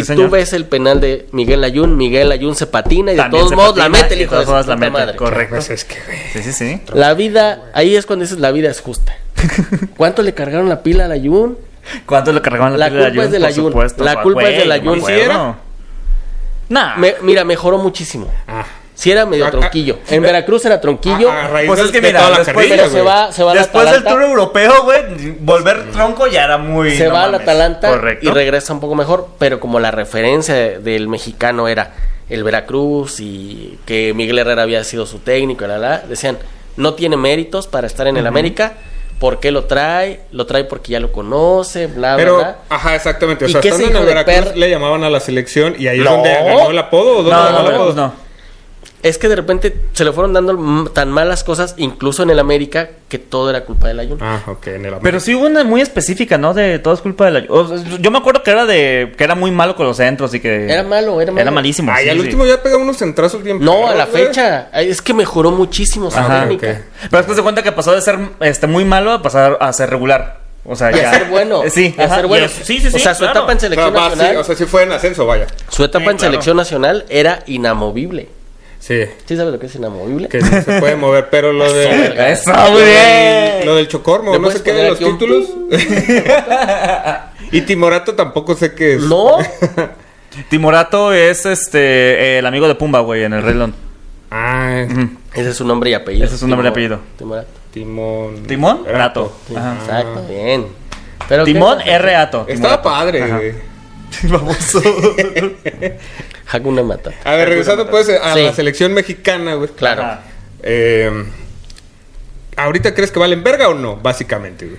C: Sí,
B: tú
C: señor.
B: ves el penal de Miguel Ayun, Miguel Ayun se patina y de
C: También
B: todos
C: se
B: modos
C: patina
B: la mete el
C: y
B: hijo de
C: todas
B: su
C: la
B: puta
C: mete,
B: madre.
C: correcto.
A: Pues es que, güey.
C: Sí, sí, sí.
B: La vida, ahí es cuando dices la vida es justa. ¿Cuánto le cargaron la pila al Ayun?
C: ¿Cuánto le cargaban la,
B: La
C: pila
B: culpa es
C: de
B: del
C: la Jun? Por
B: Ayun.
C: supuesto,
B: La
C: pa-
B: culpa es
C: güey,
B: del
C: no me
B: Ayun.
C: acuerdo.
A: ¿Sí era?
C: Nah.
B: Me- mira, mejoró muchísimo.
A: Ah,
B: Sí era medio
A: Ah, ah,
B: tronquillo. En Veracruz era tronquillo.
A: A- a raíz
C: Pues
A: del-
C: es que
A: de
C: mira,
A: toda la
C: después,
A: carrilla,
B: pero se
A: güey.
B: va, se va al
C: después del
B: Atalanta.
C: tour europeo, güey, volver tronco ya era muy.
B: se
C: no
B: va al
C: mames.
B: Atalanta
C: Correcto.
B: y regresa un poco mejor, pero como la referencia de- del mexicano era el Veracruz y que Miguel Herrera había sido su técnico, la, la, decían, no tiene méritos para estar en el América, ¿por qué lo trae? Lo trae porque ya lo conoce, bla, bla,
A: Pero,
B: bla.
A: ajá, exactamente. O
B: Ah, ¿Y
A: sea,
B: qué
A: estando
B: ese
A: en el
B: hijo de
A: Veracruz
B: per-
A: le llamaban a la selección y ahí
C: No.
A: es donde ganó el apodo. ¿o ¿Dónde
C: No,
A: ganó
C: no,
A: el apodo?
C: Veracruz no.
B: Es que de repente se le fueron dando mm, tan malas cosas, incluso en el América, que todo era culpa del ayuno.
A: Ah, ok, en el América.
C: Pero sí hubo una muy específica, ¿no? De todo es culpa de la. o sea, yo me acuerdo que era de. que era muy malo con los centros y que.
B: Era malo, era malo.
C: Era malísimo.
A: Ay,
C: sí,
A: al
C: sí.
A: último Ah, ya pegó unos centrazos bien.
B: No, a
A: perros,
B: la
A: güey.
B: fecha. Es que mejoró muchísimo su
C: Ajá.
B: técnica.
A: Ah, ok.
C: Pero después se cuenta que pasó de ser este, muy malo a pasar a ser regular. O sea,
B: Y
C: ya.
B: a ser bueno.
C: Sí,
B: y a
C: ajá.
B: ser bueno.
C: Y es- sí, sí, sí.
B: O sea, su
C: claro.
B: etapa en
A: O sea,
B: selección
A: va, sí,
B: nacional.
A: o sea, sí fue en ascenso, vaya.
B: Su etapa
C: Sí,
B: en
C: claro.
B: selección nacional era inamovible.
A: Sí,
B: ¿Sí sabes lo que es inamovible?
A: que no se puede mover, pero lo de.
C: Eso,
A: lo
C: muy
A: del-
C: bien.
A: Lo del Chocormo,
B: Ah, ¿Le
A: no sé
B: puedes
A: qué de
B: poner
A: los
B: aquí un
A: títulos. y Timorato tampoco sé qué es.
B: No,
C: Timorato es este el amigo de Pumba, güey, en el Rey León.
A: Ah,
B: ese es su nombre y apellido.
C: Ese es su nombre y
B: Timón-
C: apellido.
B: Timorato.
A: Timón.
C: Timón Rato.
A: Tim-
C: Ajá.
B: Exacto, bien. Pero
C: Timón
B: ¿qué?
C: R. Ato.
A: Estaba
C: Timorato.
A: padre,
C: Ajá.
A: güey.
C: Baboso.
B: Hakuna Matata.
A: A ver, regresando pues a
B: Sí.
A: la selección mexicana, güey.
B: Claro.
C: Ajá.
A: Eh, ¿Ahorita crees que valen verga o no? Básicamente, güey.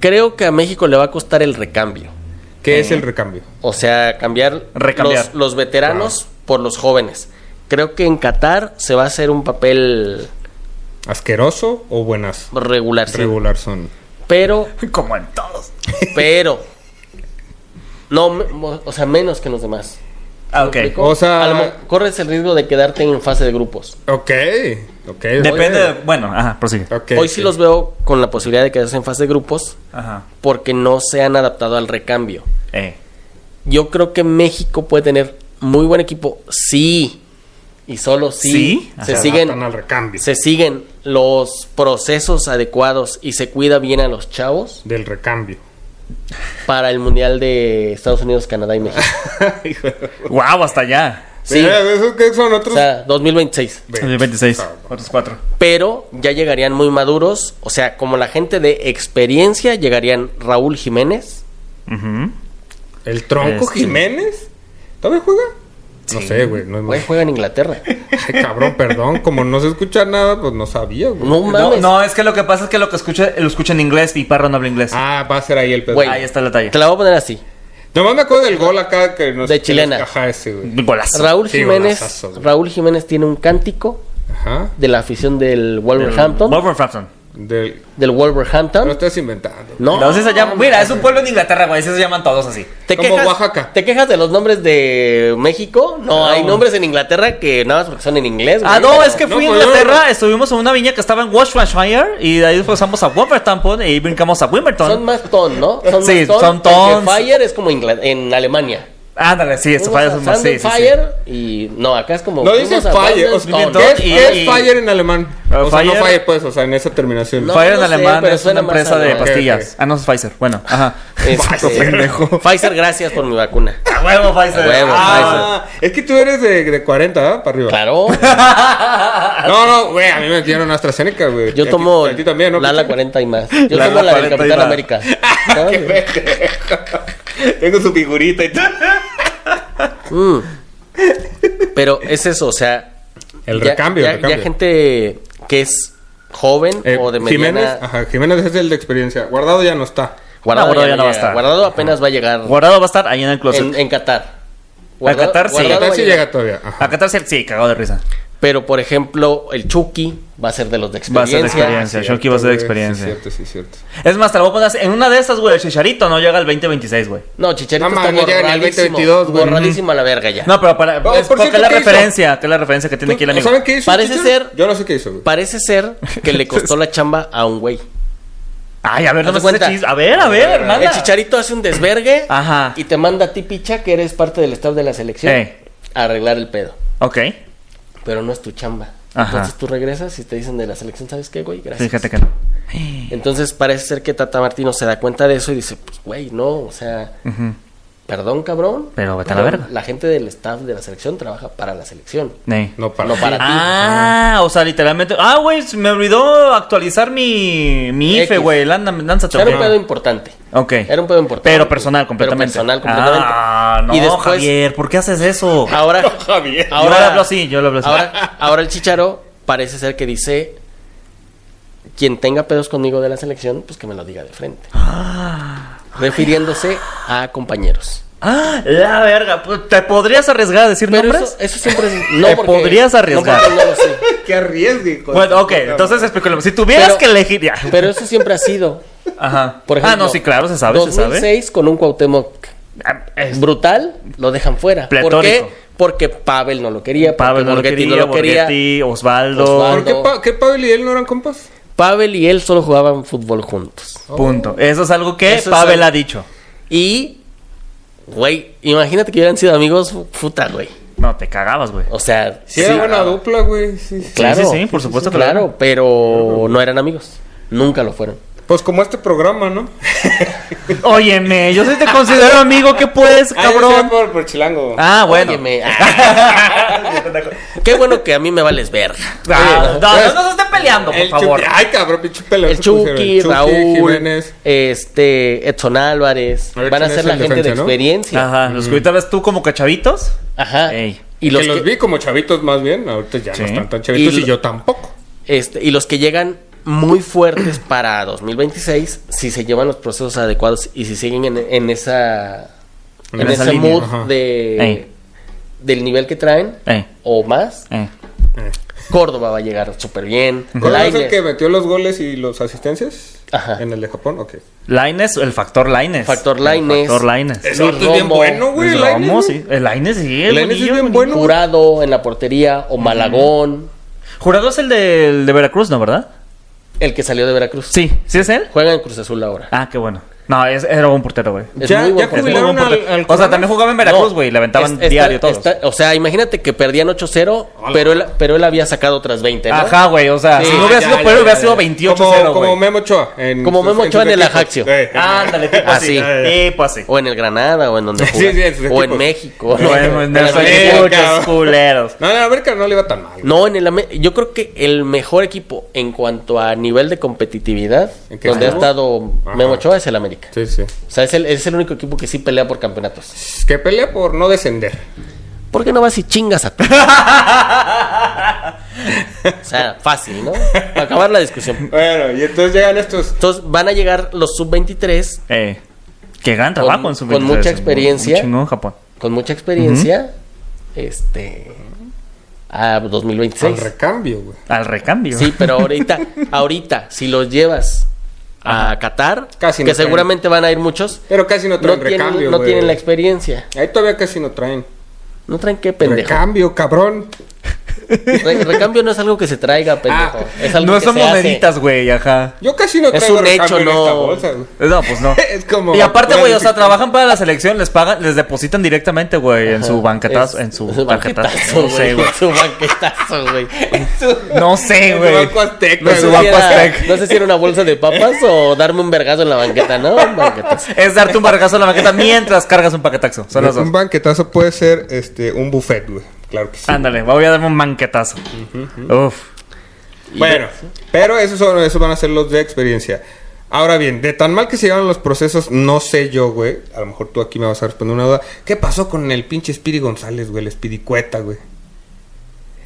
B: Creo que a México le va a costar el recambio.
A: ¿Qué es el recambio?
B: O sea, cambiar
C: Recambiar.
B: Los, los veteranos por los jóvenes. Creo que en Qatar se va a hacer un papel
A: ¿Asqueroso o buenas?
B: regular. sí.
A: Regular son.
B: Pero
C: Como en todos.
B: Pero. No, me- mo- o sea, menos que los demás.
C: Ah, ok.
B: ¿Me explico?
A: O sea-
B: A lo mo- corres el riesgo de quedarte en fase de grupos.
A: Ok, ok.
C: Depende de.
A: oye.
C: Bueno, ajá, prosigue.
A: Ok,
B: Hoy sí
A: ok.
B: los veo con la posibilidad de quedarse en fase de grupos
C: Ajá.
B: porque no se han adaptado al recambio.
C: Eh.
B: Yo creo que México puede tener muy buen equipo. Sí. Y solo sí.
C: Sí,
B: Se
A: Se
B: siguen.
A: adaptan al recambio.
B: Se siguen los procesos adecuados y se cuida bien a los chavos
A: Del recambio.
B: para el Mundial de Estados Unidos, Canadá y México.
A: Hijo de-
C: Wow, hasta allá.
B: Sí.
A: Mira, ¿eso qué son otros?
B: O sea, 2026.
A: Ve,
C: 26.
A: cabrón.
C: Otros cuatro.
B: pero ya llegarían muy maduros, o sea, como la gente de experiencia, llegarían Raúl Jiménez,
C: Ujú.
A: ¿El tronco
C: Este.
A: Jiménez? ¿Todavía juega? No
C: Sí.
A: sé, güey. No es
B: güey, juega en Inglaterra.
A: Ay, cabrón, perdón. Como no se escucha nada, pues no sabía, güey.
B: No
C: No,
B: mames.
C: no, es que lo que pasa es que lo que escucha, lo escucha en inglés y Parra no habla inglés.
A: Ah, va a ser ahí el pedo.
B: Güey.
C: Ahí está la talla.
B: Te la voy a poner así.
A: Nomás me acuerdo del gol acá que nos...
B: De chilena.
A: Ajá, ese, güey.
C: Golazo.
B: Raúl
A: Sí,
B: Jiménez,
A: golazazo, güey.
B: Raúl Jiménez tiene un cántico
A: Ajá.
B: de la afición del Wolverhampton,
C: Wolverhampton.
A: Del...
B: del
A: Lo
B: Wolverhampton.
A: estás inventando.
B: ¿Ah? No,
C: Entonces se llama- mira, es un pueblo en Inglaterra, güey. Así se llaman todos así.
B: ¿Te
A: como
B: quejas,
A: Oaxaca.
B: ¿Te quejas de los nombres de México? No,
C: No.
B: hay nombres en Inglaterra que nada más porque son en inglés.
C: Ah,
B: güey.
C: no, es que
A: No,
C: fui a
A: pues,
C: Inglaterra, estuvimos en una viña que estaba en Washingtonshire y de ahí pasamos a Wolverhampton y brincamos a
B: Son
C: Wimbledon.
B: más ton, ¿no?
C: Sí,
B: más ton,
C: son tons.
B: porque Fire es como Ingla- en Alemania.
C: Ándale, sí, eso falla, eso
B: Fuimos a
C: Este más, sí, sí, sí.
B: Sand and Fire y no, acá es como.
A: No dice
B: fuimos a
A: fire,
B: Brandon
A: o sea,
B: Stone.
A: ¿qué, es,
C: y-
A: qué es
C: y-
A: fire en alemán?
C: Ah,
A: o sea, no
C: Fire-
A: fire pues, o sea, en esa terminación.
B: No,
C: Fire en
B: sé,
C: alemán
B: pero
C: es una
B: suena más
C: empresa de
B: alemán.
C: pastillas.
A: Ok, ok.
C: Ah, no, es Pfizer. Bueno, ajá.
B: Este,
A: pendejo.
B: Pfizer, gracias por mi vacuna.
C: A huevo, Pfizer.
B: A huevo,
A: Ah, es que tú eres de, de 40, ¿ah? Para arriba.
B: Claro,
A: No, no, güey, a mí me dieron AstraZeneca, güey. Y a
B: yo
A: ti-
B: tomo
A: y a ti también, ¿no?
B: Lala
A: Picha?
B: 40 y más. Yo
C: Lala
B: tomo la
C: 40 y
B: del Capitán
C: más.
B: América.
A: Ah, Qué pendejo. Tengo su figurita y todo.
B: Mm. Pero es eso, o sea.
A: El
B: ya-
A: recambio,
B: ya,
A: el recambio.
B: ya gente que es joven
A: Eh,
B: o de mediana.
A: Jiménez, ajá, Jiménez es el de experiencia. Guardado ya no está.
B: Guardado,
C: No, Guardado
B: ya
C: ya no va a
B: llega,
C: estar.
B: Guardado apenas va a llegar
C: Guardado va a estar ahí en el closet.
A: e-
B: en, en Qatar.
C: Qatar sí.
B: Guardado
A: Qatar sí
B: va a llegar.
A: llega todavía. Ajá.
C: A Qatar sí, sí, cagado de risa.
B: Pero, por ejemplo, el Chucky va a ser de los de
C: Va a ser de
B: experiencia.
C: experiencia. Shoki va a ser de
A: Sí,
C: experiencia.
A: cierto, sí, cierto.
C: Es más, te lo voy a poner así. En una de esas, güey, el Chicharito no llega al 2026, güey.
B: No, Chicharito
A: Ah,
B: está
A: man, no llega ni al
B: borradísimo.
A: 2022, güey.
B: borradísimo a la verga ya.
C: No, pero para.
A: Oh,
C: es
A: por
C: porque
A: cierto,
C: es la
A: ¿qué hizo?
C: referencia, que es la referencia que tiene aquí el amigo.
A: ¿Saben qué hizo?
B: Parece
A: Chicharo?
B: ser-
A: Yo no sé qué hizo, güey.
B: Parece ser que le costó la chamba a un güey.
C: Ay, a ver, no
B: Haz de
C: me hagas ese
B: cuenta.
C: chis- A ver, a ver,
B: El
C: hermana.
B: Chicharito hace un desvergue
C: Ajá. Eh.
B: y te manda a ti, picha, que eres parte del staff de la selección,
C: Ey.
B: a arreglar el pedo.
C: Ok.
B: Pero no es tu chamba.
C: Ajá.
B: Entonces tú regresas y te dicen de la selección, ¿sabes qué, güey? Gracias.
C: Fíjate que no.
B: Entonces parece ser que Tata Martino se da cuenta de eso y dice, pues, güey, no, o sea, Perdón, cabrón.
C: Pero vete a la verga.
B: La gente del staff de la selección trabaja para la selección.
C: Ney.
A: No para.
B: No para. ti.
C: Ah, o sea, literalmente. Ah, güey, se me olvidó actualizar mi, mi
B: X.
C: IFE, güey. Lán- Lánzate,
B: Era un
C: güey.
B: pedo importante.
C: Ok.
B: Era un pedo importante.
C: Pero personal, completamente.
B: Pero personal, completamente.
C: Ah, no,
B: y después,
C: Javier, ¿por qué haces eso?
B: ahora,
A: Javier.
C: yo lo
B: ahora,
C: hablo así, yo lo hablo así.
B: ahora, ahora el chicharo parece ser que dice: Quien tenga pedos conmigo de la selección, pues que me lo diga de frente. Refiriéndose a compañeros.
C: Ah, la verga. pues, ¿Te podrías arriesgar a decir
B: Pero
C: nombres?
B: eso, eso siempre es. No
C: Te
B: porque-
C: podrías
B: no
C: arriesgar.
B: porque no lo sé.
A: Que arriesgue. hijo de
C: Bueno,
A: su
C: ok,
A: puta
C: entonces
A: madre.
C: explícalo. Si tuvieras
B: Pero-
C: que elegir ya.
B: Pero eso siempre ha sido.
C: Ajá.
B: Por
C: ah,
B: ejemplo,
C: no, sí, claro, se sabe, se sabe.
B: 2006 con un Cuauhtémoc
C: Ah, es-
B: brutal, lo dejan fuera. ¿Por
C: Pletórico.
B: qué? Porque Pavel no lo
C: Pavel
B: quería, Pavel
C: no lo
B: Borghetti
C: quería,
B: no lo quería.
C: Borghetti, Osvaldo.
A: ¿Por
B: Osvaldo.
A: qué, Pa- qué Pablo y él no eran compas?
B: Pavel y él solo jugaban fútbol juntos.
C: Punto. Eso es algo que
B: Eso es
C: Pavel
B: algo-
C: ha dicho.
B: Y, güey, imagínate que hubieran sido amigos, puta, güey.
C: No, te cagabas, güey.
B: O sea,
A: Sí, era buena
B: ah,
A: dupla, güey. Sí, sí.
B: Claro,
C: Sí, sí, sí, por supuesto que lo
B: claro,
C: eran.
B: pero no eran amigos. Nunca lo fueron.
A: Pues como este programa, ¿no?
C: Óyeme, yo sí te considero amigo, ¿qué puedes,
A: Ah, yo sé,
C: cabrón?
A: por, por chilango.
C: Ah, bueno.
B: Óyeme, ah, qué bueno que a mí me vales verga.
C: Ah, no, no,
B: pues,
C: no se esté peleando, por
A: Pues, El
C: favor.
A: Chucky- Ay, cabrón, pinche pelado.
B: El Chucky, Raúl,
A: Jiménez.
B: este, Edson Álvarez,
A: A ver,
B: van a
A: ¿quién
B: ser
A: es
B: la
A: el
B: gente de
A: defensa, no?
B: experiencia.
C: Ajá, los que ahorita ves tú como cachavitos.
B: Ajá.
C: Ey.
B: Y
A: que
B: los
A: los
B: que-
A: vi como chavitos más bien. Ahorita ya
C: Sí.
A: no están tan chavitos
B: Y
A: y,
B: lo-
A: yo tampoco.
B: Este, y los que llegan muy fuertes para 2026, si se llevan los procesos adecuados y si siguen en, en esa en,
A: En
C: esa
B: ese
C: línea,
B: mood
A: ajá.
B: de
C: Ey.
B: del nivel que traen
C: Eh,
B: o más,
C: eh.
B: Córdoba va a llegar súper bien.
A: ¿Cuál es el
B: Lainez,
A: que metió los goles y los asistencias?
B: Ajá.
A: En el de Japón, ok.
C: Laines, el factor Laines.
B: Factor
C: El
B: Lainez.
C: Factor Laines.
B: Luis
A: Ese vato es bien
B: Romo,
A: bueno, güey. el
C: Luis Romo,
A: Lainez, ¿no?
C: sí. El Laines, sí. El
A: Lainez es
C: bonillo,
A: bien
C: el
A: bueno.
B: Jurado en la portería o Malagón,
C: bonillo. Jurado es el de, el de Veracruz, ¿no, verdad?
B: el que salió de Veracruz.
C: Sí, ¿sí es él?
B: Juega en Cruz Azul ahora.
C: Ah, qué bueno. No, es, era un portero, güey.
B: Es
A: Ya-
B: muy buen
A: ya
B: portero.
A: jubiló. Jugaron
C: Muy buen
A: al- al
C: portero. o sea,
A: Corona.
C: también jugaba en Veracruz,
B: No,
C: güey. Le aventaban
B: es- está-
C: diario todos.
B: está- o sea, imagínate que perdían 8-0,
A: Hola.
B: pero él, pero él había sacado otras 20, Ah, ¿no?
C: Ajá, güey. O sea,
B: Sí,
C: si no hubiera
A: ya,
C: sido
A: ya,
C: peor,
A: ya,
C: hubiera
A: ya.
C: sido
A: Como,
C: 28-0,
A: como
C: güey.
A: Memo Ochoa. en
B: Como
A: sus-
B: Memo
A: sus
B: Ochoa en el
A: equipos.
B: Ajaxio.
A: Eh,
C: Ándale, tipo así.
B: Así.
C: Tipo así.
B: O en el Granada, o en donde
A: Sí,
B: juega.
A: sí, en sus
B: o en
A: equipos.
B: México.
A: Bueno,
C: Bueno, en el
A: Pero sí,
C: muchos
A: cabrón.
C: culeros.
A: No, en la América no le iba tan mal.
B: No, en el Ame- yo creo que el mejor equipo en cuanto a nivel de competitividad
A: ¿En qué
B: donde ha
A: estuvo?
B: estado
A: Ajá.
B: Memo Ochoa es el América.
A: Sí, sí.
B: O sea, es el, es el único equipo que sí pelea por campeonatos.
A: Que pelea por no descender.
B: ¿Por qué no vas y chingas a ti? o sea, fácil, ¿no? Para acabar la discusión.
A: Bueno, y entonces llegan estos.
B: Entonces van a llegar los sub-23
C: Eh, que gran trabajo en su
B: con mucha experiencia.
C: Un chingón Japón.
B: con mucha experiencia este a 2026.
A: Al recambio, güey.
C: Al recambio.
B: Sí, pero ahorita, ahorita, si los llevas a Qatar,
A: Casi no
B: que
A: traen.
B: seguramente van a ir muchos,
A: Pero casi no
B: no
A: traen
B: tienen,
A: recambio,
B: no
A: güey.
B: tienen la experiencia.
A: Ahí todavía casi no traen.
B: No traen qué pendejo.
A: Recambio, cabrón.
B: Re- recambio no es algo que se traiga, pendejo.
A: Ah,
B: es algo
C: no
B: que
C: son
B: se hace.
C: moneditas, güey, ajá.
A: Yo casi no
B: Es
A: traigo
B: un
A: recambio
B: hecho,
A: en
B: no.
A: esta bolsa, güey.
C: No, pues no.
A: Es como
C: y aparte, güey, o sea,
A: pura
C: trabajan para la selección, les pagan, les depositan directamente, güey, en su banquetazo,
B: Es-
C: en su
B: banquetazo,
C: tarjetazo. No
B: güey.
C: sé, güey.
B: En su banquetazo, güey.
C: No sé,
A: En su
C: güey.
A: Banco Azteca,
C: En su
A: güey.
B: No sé
C: Banco
B: si era-
C: Azteca.
B: No sé si era una bolsa de papas o darme un vergazo en la banqueta, ¿no? Un banquetazo.
C: Es darte un bargazo en la banqueta mientras cargas un paquetazo. Son las dos.
A: Un banquetazo puede ser este, un buffet, güey. Claro que sí.
C: Ándale, voy a darme un banquetazo. Uf.
A: Bueno, pero esos, son, esos van a ser los de experiencia. Ahora bien, de tan mal que se llevan los procesos, no sé yo, güey. A lo mejor tú aquí me vas a responder una duda. ¿Qué pasó con el pinche Spiri González, güey? El Spiricueta, güey.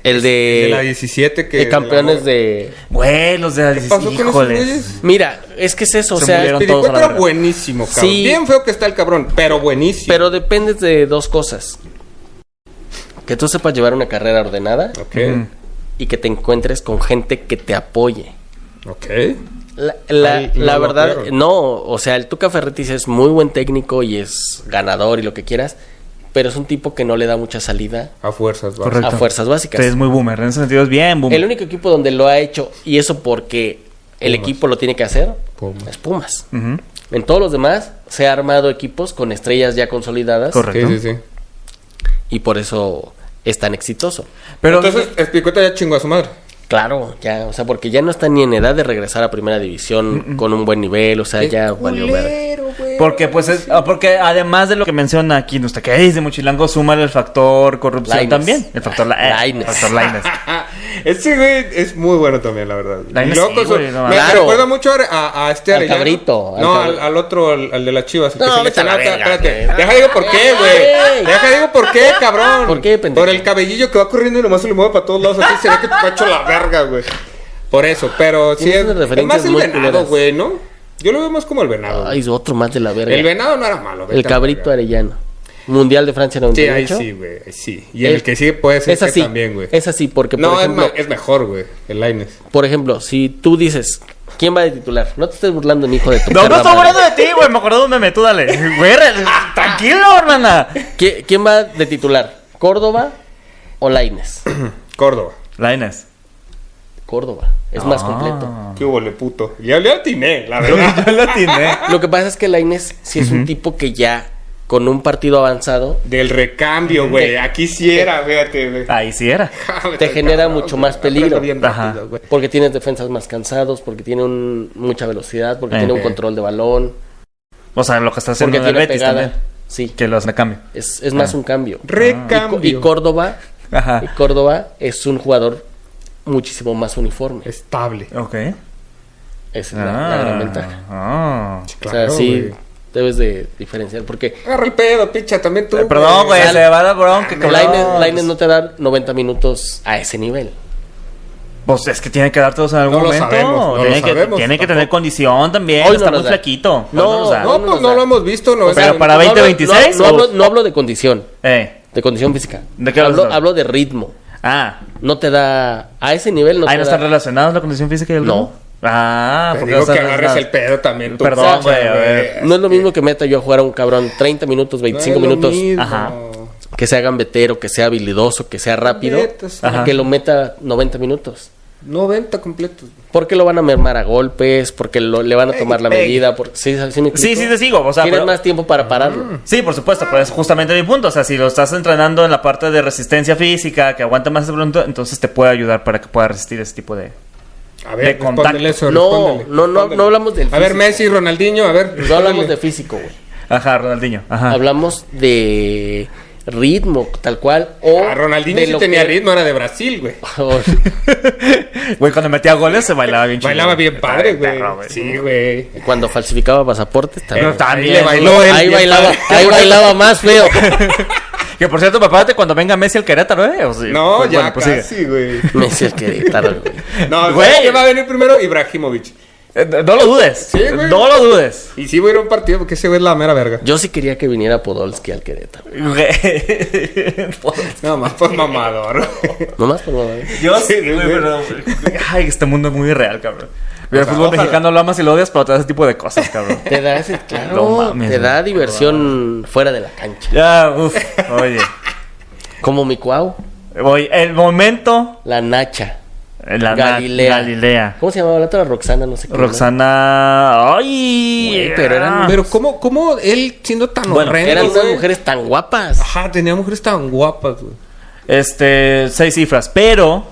B: El de,
C: Eh,
A: de la 17 que...
B: de campeones de...
C: Güey, los de
A: ¿Qué pasó con esos
C: Híjoles.
A: güeyes?
B: Mira, es que es eso,
C: Se
B: o sea,
C: murieron. Fueron todos a
A: Spiricueta
C: la
A: era
C: verga.
A: buenísimo, cabrón.
B: Sí.
A: Bien feo que está el cabrón, pero buenísimo.
B: pero dependes de dos cosas. Que tú sepas llevar una carrera ordenada
A: Ok,
B: y que te encuentres con gente que te apoye.
A: ok.
B: La, la-
A: Ay, no
B: la
A: lo
B: verdad,
A: creo.
B: no, o sea, el Tuca Ferretti es muy buen técnico y es ganador y lo que quieras, pero es un tipo que no le da mucha salida
A: A fuerzas, va.
C: Correcto.
B: a fuerzas básicas.
C: Usted es muy boomer. En ese sentido es bien boomer.
B: El único equipo donde lo ha hecho, y eso porque el equipo lo tiene que hacer,
A: Pumas.
B: es Pumas.
C: Ujú,
B: En todos los demás se ha armado equipos con estrellas ya consolidadas
A: Sí,
C: Correcto.
A: sí, sí.
B: y por eso es tan exitoso.
C: Pero
A: Entonces, Spiricueta ya chingó a su madre.
B: Claro, ya, o sea, porque Ah, ya no está ni en edad de regresar a primera división con un buen nivel, o sea, ya valió ver.
A: Culero, güey.
C: Porque, pues, es- ah, porque además de lo que menciona aquí nuestra queridísimo Chilango, suma el factor corrupción
B: Lainez.
C: también. El factor, la, eh,
B: Lainez.
C: factor Lainez.
A: Ese güey es muy bueno también, la verdad.
C: La
A: Y
C: neta
A: luego
C: sí,
A: con su-
C: güey, no,
A: me
B: claro.
A: recuerda mucho a- a, a este
B: Al
A: Arellano.
B: cabrito, al
A: No, al,
B: cabrito.
A: al otro, al, al de las chivas. el que
B: No,
A: se
B: vete a la
A: lesiona.
B: verga,
A: Espérate,
B: güey.
A: Deja digo por qué,
B: Ey.
A: güey. Deja digo por qué, cabrón.
B: ¿Por qué, pendejo?
A: Por el cabellillo que va corriendo y nomás se le mueve para todos lados. Así se ve que te ha hecho la verga, güey. Por eso, pero sí
B: Tienes
A: es,
B: unas
A: es
B: referencias
A: más el
B: muy
A: venado,
B: culeras.
A: güey, ¿no? Yo lo veo más como el venado. güey.
B: Ay, es otro más de la verga.
A: el
B: Eh, El,
A: venado no era malo. vete a la
B: cabrito
A: verga.
B: arellano. Mundial de Francia
A: Sí, ahí
B: 98.
A: sí, güey. ahí Sí. Y el, que sí puede ser
B: es así,
A: que también, güey.
B: Es así, porque por
A: No, es
B: ejemplo,
A: ma- es mejor, güey. El Lines.
B: por ejemplo, si tú dices, ¿quién va de titular? No te estés burlando, ni hijo de tu
C: No, no
B: perra
C: estoy
B: madre.
C: hablando de ti, güey. Me acordé de un meme, tú dale. Güey, re- tranquilo, hermana.
B: ¿Qui- ¿Quién va de titular? ¿Córdoba o Laines?
A: Córdoba.
C: Lainez.
B: Córdoba. Es
C: Ah.
B: más completo.
A: ¿Qué hubo, le puto? Ya le atiné, la
C: Yo,
A: verdad.
C: yo la atiné.
B: Lo que pasa es que Laines sí es un tipo que ya con un partido avanzado
A: Del recambio, güey. Aquí sí era, fíjate, güey. Ah,
C: Ahí sí era.
B: te Eh, genera mucho más peligro. Ah,
C: Ajá.
A: Ajá.
B: porque tienes defensas más cansados, porque tiene un- mucha velocidad, porque
C: Eh.
B: tiene un
A: Ok.
B: control de balón,
C: O sea, lo que está haciendo
B: porque
C: en el
B: tiene
C: Betis
B: pegada.
C: también.
B: Sí,
C: Que los me cambio.
B: es, es más un cambio.
A: Recambio.
B: Y, Córdoba, y
C: Ajá.
B: Córdoba es un jugador muchísimo más uniforme.
A: Estable.
C: Ok.
B: Esa es la, la gran ventaja.
C: Ah. ah.
B: o sea,
A: Claro,
B: sí
A: güey.
B: debes de diferenciar, porque
A: Agarra el pedo, picha, también tú.
C: Eh, Perdón, güey,
B: Sal- Ah,
C: se va la bronca, cabrón.
B: Lainez Lainez no te da 90 minutos a ese nivel.
C: Pues es que tienen que dar todos en algún
A: No lo
C: momento.
A: sabemos, no lo
C: tienen que,
A: sabemos,
C: tienen que
A: tampoco.
C: tener condición también.
B: Hoy no
C: está
B: nos
C: muy
B: da.
C: flaquito. Hoy
B: No,
C: nos da.
A: No, pues no lo hemos visto, no
B: O
A: es
B: sea,
C: Pero para
B: no hablo-
C: 20-26
B: no- no hablo-
C: o-
B: no hablo de condición,
C: Eh.
B: de condición física.
C: ¿De qué
B: hablo,
C: hablas?
B: hablo de ritmo.
C: Ah.
B: No te da. A ese nivel no
C: Ahí
B: te
C: no
B: da.
C: están relacionados la condición física y el
B: No.
C: ritmo? Ah,
A: Te
C: porque
A: digo
C: no están
A: que agarres el
C: relacionados.
A: pedo también tú.
C: Perdón,
A: picha,
C: güey, a ver.
B: No es lo mismo que meta yo a jugar a un cabrón 30 minutos, 25 minutos,
C: Ajá.
A: Ajá.
B: que sea gambetero, que sea habilidoso, que sea rápido,
A: Completos,
B: a
C: ajá.
B: que lo meta 90 minutos.
A: 90 completos.
B: Porque lo van a mermar a golpes, porque lo- le van a tomar la
A: Ey, ey.
B: medida, porque sí, sí, me
C: Sí,
B: explico?
C: sí te sigo, o sea,
B: Tienes
C: pero-
B: más tiempo para pararlo.
C: Sí, por supuesto, pero es justamente mi punto. O sea, si lo estás entrenando en la parte de resistencia física, que aguanta más de pronto, entonces te puede ayudar para que pueda resistir ese tipo de.
A: A
C: De
A: ver,
C: contacto.
A: respóndele eso,
B: No,
A: respóndele,
B: no, no,
A: respóndele.
B: no hablamos del
A: A ver,
B: físico.
A: Messi, Ronaldinho, a ver.
B: No hablamos
A: respóndele.
B: de físico, güey.
C: Ajá, Ronaldinho. Ajá.
B: Hablamos de ritmo, tal cual. O
C: Ah,
A: A Ah, Ronaldinho
B: de
A: sí
B: lo
A: tenía
B: que-
A: ritmo, era de Brasil, güey.
C: Güey, cuando metía goles se bailaba bien chido.
A: Bailaba bien
C: Estaba
A: padre, güey.
C: perro,
A: Sí, güey.
B: Cuando falsificaba pasaportes también.
C: Pero también.
A: Ahí le bailó él
B: ahí
A: bien
B: bailaba,
A: padre.
B: ahí bailaba más feo.
C: Que por cierto, papá, cuando venga Messi al Querétaro, ¿eh? O sea,
A: No,
C: pues,
A: ya
C: bueno, pues sigue.
A: casi, güey.
B: Me decía el Querétaro, güey.
A: No,
C: Güey.
A: güey. ¿Quién va a venir primero? Ibrahimovic.
C: Eh, No lo dudes.
A: Sí, güey.
C: No lo dudes.
A: Y sí voy a ir a un partido porque ese güey es la mera verga.
B: Yo sí quería que viniera Podolski al Querétaro.
C: Güey.
A: Nada más por mamador.
B: Nomás por mamá, ¿eh?
C: Yo
A: Sí,
C: sí, güey,
A: güey.
C: pero. Ay, este mundo es muy real, cabrón. Mira,
A: O sea,
C: el fútbol
A: ojalá.
C: mexicano lo amas y lo odias, pero te da ese tipo de cosas, cabrón.
B: Te da ese, claro,
C: No mames,
B: te da
C: güey.
B: diversión fuera de la cancha.
C: ya, uff. Oye.
B: Como mi cuau,
C: Voy, el momento. eh,
B: la Nacha,
C: La
B: Galilea.
C: Galilea. Galilea.
B: ¿Cómo se llamaba la otra? Roxana, no sé qué. ¿no?
C: Roxana. ¡Ay!
B: Güey, pero eran-
A: Ah, Pero ¿cómo, cómo él siendo tan
C: Bueno,
A: horrendo,
B: Eran unas
A: güey?
B: mujeres tan guapas.
A: Ajá, tenía mujeres tan guapas, güey.
C: Este, seis cifras. Pero.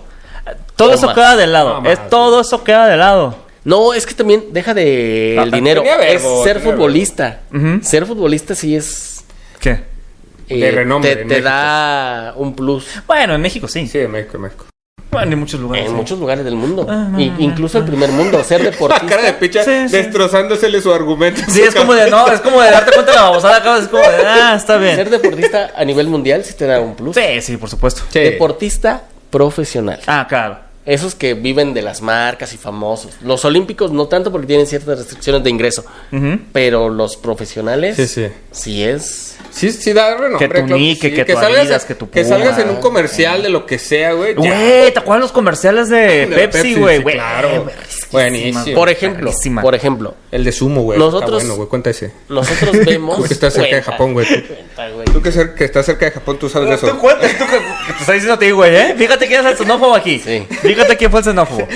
C: Todo
B: O
C: eso
B: más.
C: queda de lado.
A: No más,
C: es, todo eso queda de lado.
B: No, es que también deja de
C: Ah,
B: el dinero.
A: tenía
B: es
A: verbo,
B: ser
A: tenía
B: futbolista.
C: verbo. Ujú.
B: Ser futbolista sí es.
C: ¿Qué?
A: De renombre
B: Eh, Te,
A: en
B: te
A: México.
B: da un plus
C: Bueno, en México sí.
A: Sí, de México, de México.
C: Bueno, en muchos lugares.
B: en
C: sí.
B: muchos lugares del mundo.
C: Ah, no,
B: Y-
C: no,
B: incluso el primer mundo. Ser
A: La cara
B: deportista.
A: de picha
C: Sí, sí.
A: destrozándosele su argumento.
C: Sí, es como de. No, es como de darte cuenta de la babosada. acabas, Es como de. Ah, está
B: Ser
C: bien.
B: deportista a nivel mundial sí te da un plus.
C: Sí, sí, por supuesto.
A: Sí.
B: Deportista profesional.
C: Ah, claro.
B: Esos que viven de las marcas y famosos. Los olímpicos no tanto porque tienen ciertas restricciones de ingreso.
C: Ujú.
B: Pero los profesionales.
A: Sí, sí.
B: sí es.
A: Sí, sí da renombre.
C: Que tu
A: claro
C: Nike,
A: sí.
C: que tu
A: salgas,
C: Adidas, que tu
A: Que salgas en
C: Puma.
A: un comercial de lo que sea, güey. ya.
C: Güey, ¿te acuerdas los comerciales de,
A: De la
C: Pepsi, güey?
A: sí,
C: Güey,
A: Claro. Buenísimo.
B: Por ejemplo.
C: carísima.
B: Por ejemplo.
A: El de sumo, güey.
B: Nosotros-
A: Está bueno, güey. Cuenta ese.
B: Nosotros vemos.
A: Tú que estás cerca de
B: Cuenta,
A: Japón, güey.
B: cuenta, güey.
A: Tú que, cer- que estás cerca de Japón, tú sabes de eso.
C: Tú cuentas, tú que que te está diciendo a ti, güey, ¿eh? Fíjate quién es el xenófobo aquí.
B: Sí.
C: Fíjate quién fue el xenófobo.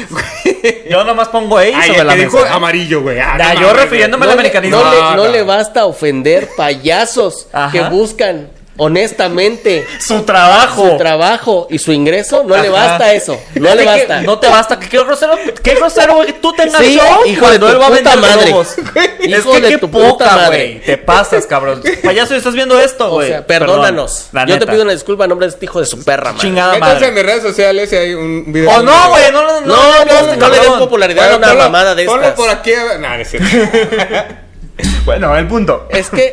C: Yo nomás pongo ahí
A: Ay,
C: sobre
A: el
C: la
A: Ah, que
C: mesa.
A: dijo amarillo, güey. Ah,
C: Nah,
A: no
C: yo
A: mames,
C: refiriéndome-
B: No,
C: el
B: le,
C: americanismo.
B: no le-
A: No,
B: no
A: no.
B: le basta ofender payasos
C: Ajá.
B: que buscan honestamente,
C: Su trabajo.
B: su trabajo y su ingreso no le
C: Oh. Ajá.
B: basta eso. No le
C: Es que
B: basta.
C: No te basta. que- Qué grosero, qué grosero, güey, que tú tengas
B: Sí,
C: show.
B: hijo de
C: cuando
B: tu
C: él va a
B: puta
C: vender
B: madre.
C: globos. es
B: Hijo
C: que
B: de
C: qué
B: tu puta
C: poca,
B: madre.
C: güey. Te pasas, cabrón. Payaso, estás viendo esto,
B: O
C: güey.
B: sea, perdónanos.
C: Perdón, la
B: Yo te
C: neta.
B: pido una disculpa en nombre de este hijo de su perra, madre.
C: Chingada
A: Métanse
C: madre.
A: en mis redes sociales y hay un video.
C: O Oh, no, güey. No, no, no.
B: No, no, no, le den
C: cabrón.
B: popularidad a
A: Bueno,
B: una
A: ponlo-
B: mamada de
A: ponlo
B: estas.
A: por aquí. a ver- Nah, no es cierto.
C: Bueno, el punto.
B: Es que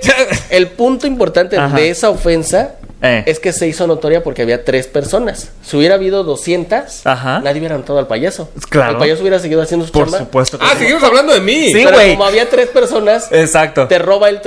B: el punto importante
C: Ajá.
B: de esa ofensa
C: Eh.
B: es que se hizo notoria porque había tres personas. Si hubiera habido 200,
C: Ajá.
B: nadie hubiera notado al payaso.
C: Claro.
B: El payaso hubiera seguido haciendo su
C: Por
B: chamba.
C: supuesto. que
A: ah,
C: sí.
A: seguimos hablando de mí.
C: Sí,
B: Pero
C: güey.
B: como había tres personas,
C: Exacto.
B: te roba el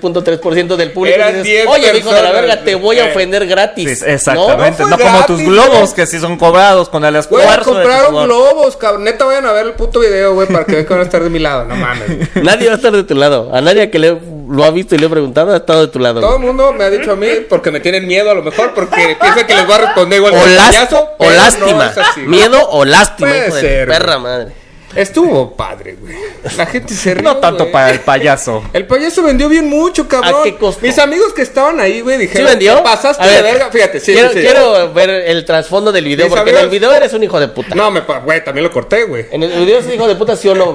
B: 33.3% del público.
A: Eran
B: y dices,
A: 10
B: Oye, hijo de la
A: personas".
B: verga, te voy a
A: Eh.
B: ofender
C: Sí,
B: gratis.
C: exactamente.
A: No,
C: No,
A: fue
C: como
A: gratis,
C: tus globos,
A: güey.
C: que sí son cobrados con el
A: Güey,
C: esfuerzo. de tu
A: compraron
C: sudor.
A: globos, cabrón. Neta, vayan a ver el puto video, güey, para que vean que van a estar de mi lado. No mames. güey.
B: ¿no? Nadie va a estar de tu lado. A nadie que le, lo ha visto y le ha preguntado ha estado de tu lado.
A: Todo el mundo me ha dicho a mí porque me tienen miedo a lo mejor, porque piensan que les voy a responder igual que
B: o,
A: el
B: lás-
A: payaso,
B: o
A: pero no
B: lástima.
A: es así, güey.
B: Miedo o lástima,
A: Puede
B: hijo de
A: ser, güey.
B: perra madre.
A: Estuvo padre, güey. La gente se rió.
C: No tanto
A: güey.
C: para el payaso.
A: El payaso vendió bien mucho, cabrón.
B: ¿A qué costo?
A: Mis amigos que estaban ahí, güey,
B: ¿Sí
A: dijeron,
B: vendió?
A: "Te pasaste
B: A
A: de
B: ver,
A: verga." Fíjate, sí,
B: quiero,
A: sí.
B: quiero ver el trasfondo del video,
A: Mis
B: porque en el
A: amigos-
B: video eres un hijo de puta.
A: No, me pa- güey, también lo corté, güey.
B: En el video es hijo de puta, sí o no.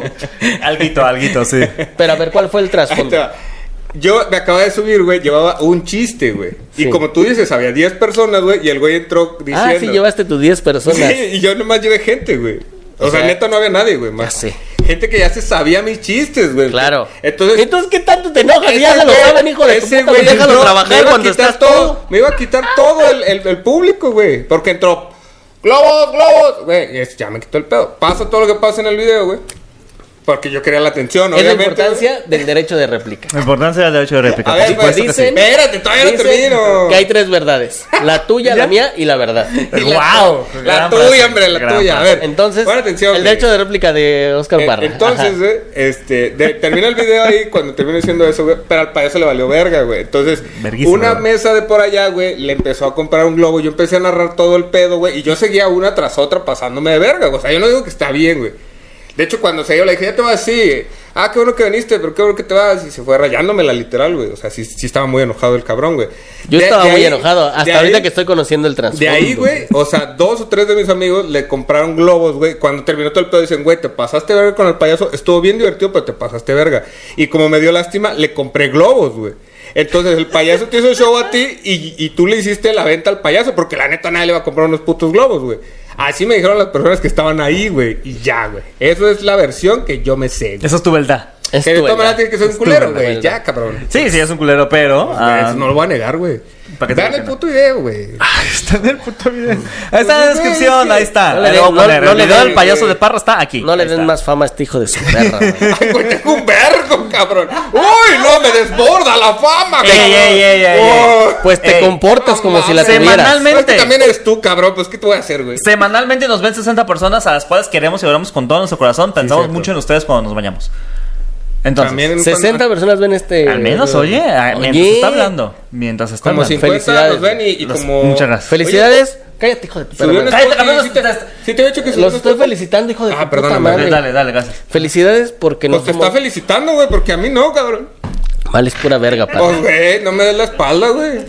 C: Alguito, alguito, sí.
B: Pero a ver, ¿cuál fue el
A: Ahí te
B: trasfondo?
A: va. Yo me acababa de subir, güey, llevaba un chiste, güey.
B: Sí.
A: Y como tú dices, había 10 personas, güey, y el güey entró diciendo.
B: Ah, sí, llevaste tus 10 personas.
A: Sí, y yo nomás llevé gente, güey. O,
B: O
A: sea,
B: sea,
A: neta no había nadie, güey. más.
B: sé.
A: Gente que ya se sabía mis chistes, güey.
B: Claro.
A: Entonces.
B: ¿qué tanto te enojas?
A: ese
B: Ya se lo
A: güey-
B: saben, hijo de tu
A: ese
B: puta.
A: güey
B: déjalo
A: entró, me
B: trabajar
A: iba a
B: cuando
A: quitar
B: estás todo.
A: Me iba a quitar todo el, el- el público, güey. Porque entró. ¡Globos, globos! Güey, y es- ya me quitó el pedo. Pasa todo lo que pasa en el video, güey. Porque yo quería la atención,
B: Es la
A: obviamente.
B: importancia del derecho de réplica.
C: La importancia del derecho de réplica.
A: A ver,
C: por
A: pues,
C: supuesto que sí.
A: dicen- Espérate, todavía no
B: dicen
A: termino.
B: Que hay tres verdades: la tuya, la mía y la verdad.
A: Y la-
C: Guau,
A: La
C: gran
A: tuya,
C: frase,
A: hombre, la
C: gran
A: tuya. A
C: frase.
A: ver.
B: Entonces,
A: pon atención,
B: el
A: güey.
B: derecho de réplica de Oscar
A: Eh,
B: Parra.
A: Entonces,
B: Ajá.
A: güey, este, de- termina el video ahí cuando termina diciendo eso, güey, pero al payaso le valió verga, güey. Entonces,
C: Verguísima,
A: una
C: güey.
A: mesa de por allá, güey, le empezó a comprar un globo, yo empecé a narrar todo el pedo, güey, y yo seguía una tras otra pasándome de verga, güey. O sea, yo no digo que está bien, güey. De hecho, cuando se dio, le dije, ya te vas así. Ah, qué bueno que viniste, pero qué bueno que te vas. Y se fue rayándomela literal, güey. O sea, sí, sí estaba muy enojado el cabrón, güey.
B: Yo
A: De-
B: estaba
A: de
B: muy
A: ahí-
B: enojado.
A: de
B: Hasta
A: ahí-
B: ahorita que estoy conociendo el trasfondo.
A: de ahí, güey, o sea, dos o tres de mis amigos le compraron globos, güey. Cuando terminó todo el pedo, dicen, güey, te pasaste verga con el payaso. Estuvo bien divertido, pero te pasaste verga. Y como me dio lástima, le compré globos, güey. Entonces el payaso te hizo show a ti y, y tú le hiciste la venta al payaso, porque la neta nadie le va a comprar unos putos globos, güey. Así me dijeron las personas que estaban ahí, güey. Y ya, güey. Eso es la versión que yo me sé. güey.
C: Eso es tu verdad.
B: Es
A: Que de
B: tu
A: todas maneras
B: verdad.
A: tienes que ser un
B: Es tu
A: culero,
B: verdad,
A: güey.
B: verdad.
A: Ya, cabrón.
C: Sí, sí, es un culero, pero. ah,
A: Eso no lo voy a negar, güey.
C: ¿Para qué te
A: Vean el
C: dicen?
A: puto video, güey.
C: Está en el puto video. Ahí está
A: Pues,
C: en la
A: güey, es
C: descripción,
A: que-
C: ahí está.
B: No le
C: Ahí
B: den-
C: lo voy
B: no-
C: a poner.
B: no
C: El
B: le
C: video
B: den- eh,
C: del payaso de parra está aquí.
B: No le
C: Ahí
B: den
C: está.
B: más fama a este hijo de su perra. güey.
A: Ay, güey, tengo un vergo, cabrón. Uy, no, me desborda la fama,
C: Ey,
A: cabrón.
C: ey, ey, ey,
A: Oh,
C: ey.
B: Pues te
C: Ey,
B: comportas
A: no
B: como si la
A: mames.
B: tuvieras.
C: Semanalmente-
A: Pero es que también eres tú, cabrón. Pues, ¿qué te voy a hacer, güey?
C: Semanalmente nos ven 60 personas a las cuales queremos y oramos con todo nuestro corazón. Pensamos
A: cierto.
C: mucho en ustedes cuando nos bañamos. Entonces,
A: También-
B: 60 personas ven este.
C: al menos, oye, a- mientras
B: Oye.
C: está hablando. Mientras está
A: Como
C: hablando.
A: 50
B: Felicidades.
A: nos ven y, y
C: Los-
A: como... pues,
C: muchas gracias.
B: Felicidades. Cállate, hijo de tu
A: Subió un
B: perra.
C: Cállate,
A: Spotify,
C: cabrón,
A: sí te-
C: estás-
A: Sí te he dicho que subió
B: Los
A: un
B: estoy
A: Spotify.
B: felicitando, hijo de
A: Ah,
B: tu puta
A: perdóname,
B: madre.
C: Dale, dale, dale, gracias.
B: Felicidades porque
A: Pues
B: nos
A: te está
B: somos...
A: felicitando, güey, porque a mí no, cabrón.
B: Mal es pura verga, padre.
A: Pues, güey, no me des la espalda, güey.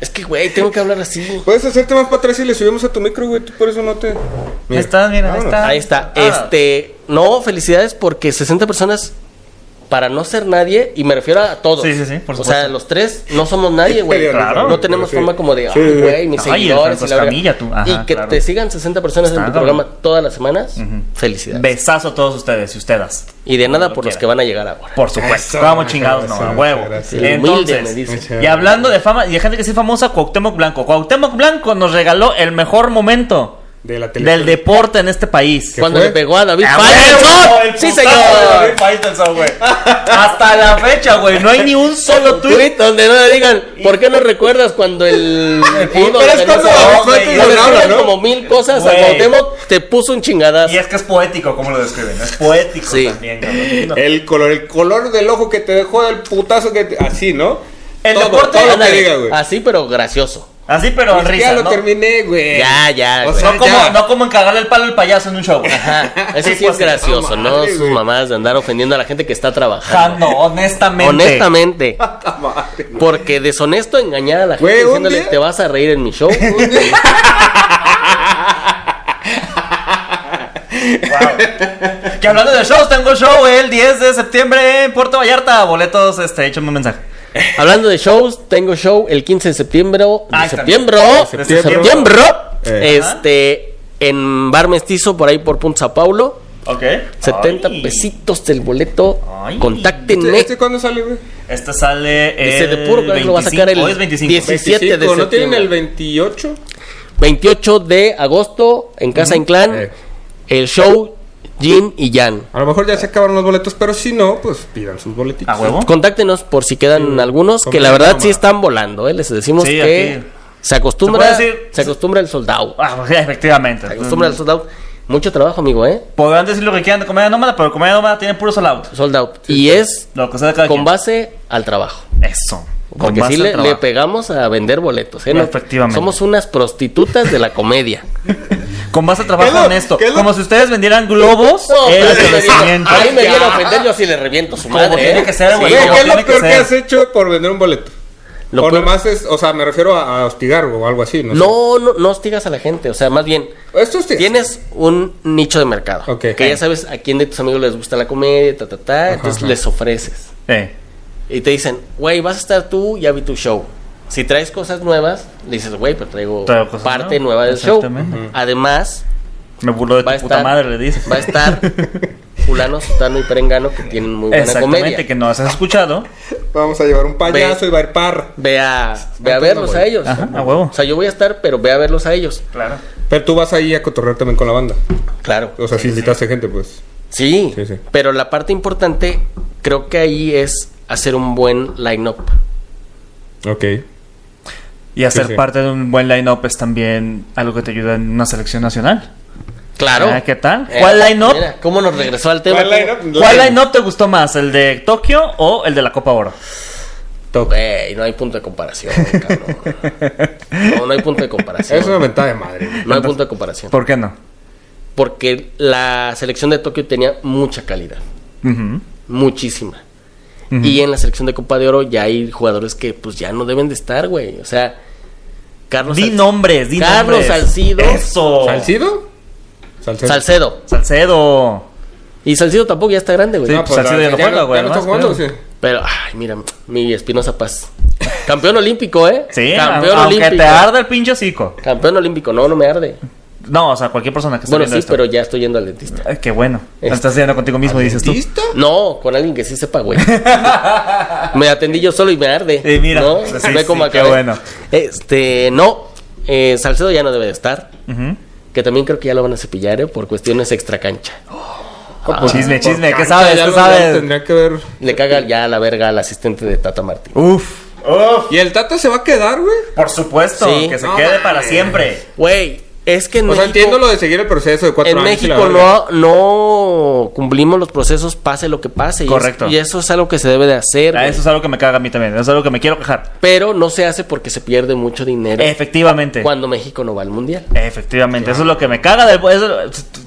B: Es que, güey, tengo que hablar así.
A: Puedes hacerte más para atrás y le subimos a tu micro, güey. Tú por eso no te...
C: Ahí está, mira, ahí
A: Vámonos.
C: está.
B: Ahí está.
C: Ah.
B: Este, no, felicidades porque 60 personas para no ser nadie, y me refiero a todos.
C: Sí, sí, sí, por
B: O
C: supuesto.
B: sea, los tres no somos nadie, güey.
A: Claro,
B: No tenemos
A: sí.
B: forma como de,
A: Sí,
B: ay,
A: sí.
B: güey, mis
C: Ay, el
B: seguidores.
C: Franco
B: y, la verga".
C: Escamilla, tú. Ajá,
B: Y que
C: claro.
B: te sigan 60 personas en
C: Está
B: tu
C: cabrón.
B: programa todas las semanas. Felicidades.
C: Besazo a todos ustedes y ustedes.
B: Y de nada
C: Lo
B: por los
C: quiera.
B: que van a llegar ahora.
C: Por supuesto.
A: Eso,
C: Vamos chingados, no,
A: eso,
C: a huevo.
A: gracias.
B: El humilde, me
C: Entonces,
B: dice.
A: Muchas
C: y hablando de fama y de gente que sí es famosa, Cuauhtémoc Blanco. Cuauhtémoc Blanco nos regaló el mejor momento
A: De la
C: del
A: televisión.
C: deporte en este país. Ah,
A: ¿Qué
B: Cuando
A: fue?
B: le pegó a David
C: ¡A
A: Ah,
C: huevo!
B: Faitelson.
C: El
B: Sí,
C: putazo de
B: señor.
C: David Faitelson, güey. Hasta la fecha, güey, no hay ni un solo tweet.
B: Tweet donde no le digan, ¿por qué no recuerdas cuando el ídolo
A: Pero es
B: de
A: cuando David
B: nuestro- No,
A: Faitelson
B: le
A: habla,
B: escriben
A: ¿no?
B: como mil cosas a
C: Güey.
B: Cuauhtémoc, te puso un chingadazo.
C: Y es que es poético, como lo describen. Es poético
B: Sí.
C: también, cabrón.
A: El color, el color del ojo que te dejó el putazo que te- así, ¿no?
C: El
A: Todo,
C: deporte-
A: todo lo que
B: Ándale,
A: diga, güey.
B: Así, pero gracioso.
C: Así, pero en
A: Ni
C: risa.
A: siquiera
C: ¿no?
A: lo terminé, güey.
B: Ya, ya,
A: O
B: güey.
A: sea,
C: No como,
A: ya.
C: no como encargarle el palo al payaso en un show. pues,
B: Ajá, eso sí,
C: Tipo
B: es
C: así,
B: gracioso,
A: pues, no
B: ¿no?
A: mames,
B: Sus
A: güey.
B: mamás de andar ofendiendo a la gente que está
C: Ja,
B: trabajando.
C: no, honestamente.
B: Honestamente.
A: Puta Ah, madre, güey.
B: Porque deshonesto engañar a la gente
A: Güey, un
B: diciéndole
A: día-
B: te vas a reír en mi show.
A: ¿Este,
C: Que hablando de shows, tengo show el 10 de septiembre en Puerto Vallarta. Boletos, este, échame un mensaje.
B: Hablando de shows, tengo show el 15 de septiembre.
C: Ah,
B: De septiembre.
C: también.
B: de septiembre.
A: Eh.
B: Este. En Bar Mestizo, por ahí por Punta Sao Paulo.
C: Ok.
B: 70
C: Ay.
B: pesitos del boleto.
C: Ay.
B: Contáctenme.
A: ¿Este cuándo sale, güey?
C: Este sale
B: Dice,
C: el
B: de puro coraje lo va a sacar el
C: Hoy es 25.
B: 10. 17 de
A: ¿No tienen
B: septiembre.
A: el 28?
B: 28 de agosto en Casa Inclán.
A: Eh.
B: El show Jin y Jan.
A: A lo mejor ya se acabaron los boletos, pero si no, pues pidan sus boletitos.
C: ¿A huevo?
B: Contáctenos por si quedan algunos que la verdad sí están volando, ¿eh? Les decimos
C: Sí,
B: que
C: aquí.
B: se acostumbra
C: ¿Se puede decir?
B: se acostumbra el soldado.
C: Ah, pues, efectivamente.
B: Se acostumbra el sold out. Mucho trabajo, amigo, ¿eh?
C: Podrán decir lo que quieran de comedia nómada, pero comedia nómada tiene puro sold out.
B: Sold out. y es
C: Lo que sea de cada
B: con
C: quien.
B: base al trabajo.
C: Eso. Con
B: Porque
C: base
B: sí
C: al
B: le,
C: trabajo.
B: le pegamos a vender boletos, ¿eh?
C: Efectivamente.
B: Somos unas prostitutas de la comedia.
C: Con base al
A: ¿Qué es
C: trabajo
A: lo-
C: honesto.
A: qué es lo-
C: Como si ustedes vendieran globos.
B: No,
C: el
B: pero si me viene-
C: agradecimiento.
B: a mí me
A: Ya.
B: viene a ofender, yo sí le reviento su
C: Como
B: madre.
C: tiene
B: ¿eh?
C: que ser, güey.
B: Sí,
A: Güey,
C: como
A: ¿Qué es lo
C: tiene que
A: peor que
C: ser.
A: has hecho por vender un boleto?
B: Lo
A: o
B: peor-
A: nomás es, o sea, me refiero a, a hostigar o algo así, ¿no?
B: No, no, no hostigas a la gente. O sea, más bien,
A: sé. Esto hostigas.
B: tienes un nicho de mercado.
A: Ok.
B: Que ya sabes a quién de tus amigos les gusta la comedia, ta, ta, ta. entonces
A: ajá.
B: les ofreces.
C: Eh.
B: Y te dicen, güey, vas a estar tú, ya vi tu show. Si traes cosas nuevas, le dices, güey, pero traigo,
C: Traigo cosas nuevas".
B: parte nueva del show.
C: Exactamente.
B: Ujú. Además,
C: Me burló de tu
B: va a
C: puta
B: estar.
C: madre, le dices.
B: Va a estar Fulano, Sutano y Perengano, que tienen muy buena
C: Exactamente,
B: comedia.
C: que no has escuchado.
A: Vamos a llevar un payaso y va a ir parra.
B: Ve a, ve a verlos a ellos.
C: Ajá, a huevo.
B: O sea, yo voy a estar, pero ve a verlos a ellos.
C: Claro.
A: Pero tú vas ahí a cotorrear también con la banda.
B: Claro.
A: O sea, si invitaste gente, pues.
B: Sí,
A: Sí, sí.
B: pero la parte importante creo que ahí es hacer un buen line-up.
A: Ok.
C: Y hacer
A: Sí, sí.
C: parte de un buen line-up es también algo que te ayuda en una selección nacional.
B: Claro.
C: Ah, ¿qué tal?
B: Eh,
C: ¿Cuál line-up?
B: mira, ¿Cómo nos regresó al tema?
A: ¿Cuál line-up?
C: ¿Cuál line-up te gustó más? ¿El de Tokio o el de la Copa Oro?
A: Toc.
B: Güey, no hay punto de comparación, cabrón. No, no hay punto de comparación.
A: Es una mentada de madre.
B: No hay punto de comparación.
C: ¿Por qué no?
B: Porque la selección de Tokio tenía mucha calidad.
C: Ujú.
B: Muchísima. Y en la selección de Copa de Oro ya hay jugadores que pues ya no deben de estar, güey. O sea, Carlos
C: Di
B: Salc-
C: nombres, di
B: Carlos
C: nombres.
B: Salcido.
C: Eso.
A: ¿Salcido? Salcedo.
B: Salcedo.
C: Salcedo.
B: Y Salcido tampoco ya está grande, güey.
C: Sí.
A: No, pues,
C: Salcido ya no juega, güey,
A: Ya no
C: además,
A: está jugando,
C: creo.
A: sí.
B: Pero, ay, mira, mi Espinosa Paz. Campeón olímpico, ¿eh?
C: Sí,
B: Campeón
C: aunque
B: olímpico.
C: te arda el pinche hocico.
B: Campeón olímpico, no, no me arde.
C: No, o sea, cualquier persona que esté
B: Bueno,
C: viendo
B: sí,
C: esto.
B: pero ya estoy yendo al dentista.
C: Ay, qué bueno.
B: Este-
C: Estás haciendo contigo mismo, dices tú.
A: ¿Listo?
B: No, con alguien que sí sepa, güey. me atendí yo solo y me arde.
C: Sí, mira.
B: ¿No?
C: Sí, sí,
B: Ve cómo
C: qué
B: acabé.
C: bueno.
B: Este, no. eh, Salcedo ya no debe de estar.
C: Ujú.
B: Que también creo que ya lo van a cepillar, ¿eh? Por cuestiones extra cancha. Oh, Ah,
C: Chisme, chisme, ¿qué
A: Cancha,
C: sabes?
A: ya
C: ¿Qué
A: lo- ya lo
C: sabes?
A: Tendría que ver.
B: Le caga ya a la verga al asistente de Tata Martín.
C: Uf. Uf.
A: ¿Y el Tata se va a quedar, güey?
C: Por supuesto,
B: Sí.
C: que se
A: No
C: quede
A: mames.
C: para siempre.
B: Güey, es que en
A: O sea,
B: México...
A: entiendo lo de seguir el proceso de cuatro
B: en
A: años. y la
B: México
A: verga.
B: no, no cumplimos los procesos, pase lo que pase. y es-
C: Correcto.
B: Y, eso es algo que se debe de hacer.
C: Ah,
A: Pues,
B: güey.
C: Eso es algo que me caga a mí también. Eso es algo que me quiero quejar.
B: Pero no se hace porque se pierde mucho dinero
A: Este.
C: Efectivamente.
B: cuando México no va al mundial.
C: Efectivamente, eso es lo que me caga. del- eso-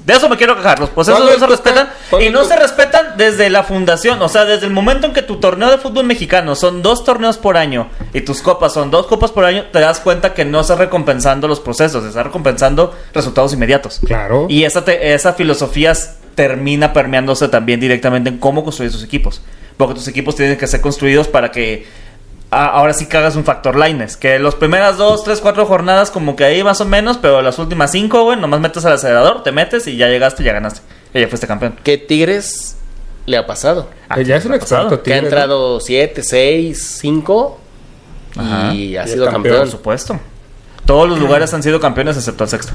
C: de eso me quiero quejar. Los procesos
A: ¿Cuándo
C: no se
A: tú estás-
C: respetan
A: cuándo
C: y no
A: tú-
C: se respetan desde la fundación. O sea, desde el momento en que tu torneo de fútbol mexicano son dos torneos por año y tus copas son dos copas por año, te das cuenta que no estás recompensando los procesos, estás recompensando resultados inmediatos.
A: Claro.
C: Y esa, te- esa filosofía s- termina permeándose también directamente en cómo construir tus equipos. Porque tus equipos tienen que ser construidos para que a- ahora sí cagas un factor lines. Que las primeras dos, tres, cuatro jornadas como que ahí más o menos, pero las últimas cinco, güey, nomás metes al acelerador, te metes y ya llegaste y ya ganaste. Y ya fuiste campeón.
B: ¿Qué Tigres le ha pasado?
C: Ah,
A: ya es un
C: ha pasado.
A: experto,
B: Que ha
A: Tigres,
B: entrado 7, 6, 5
C: Ajá.
B: y ha
A: Y
B: sido
A: es campeón,
B: campeón.
C: Por supuesto. Todos los lugares han sido campeones excepto el sexto.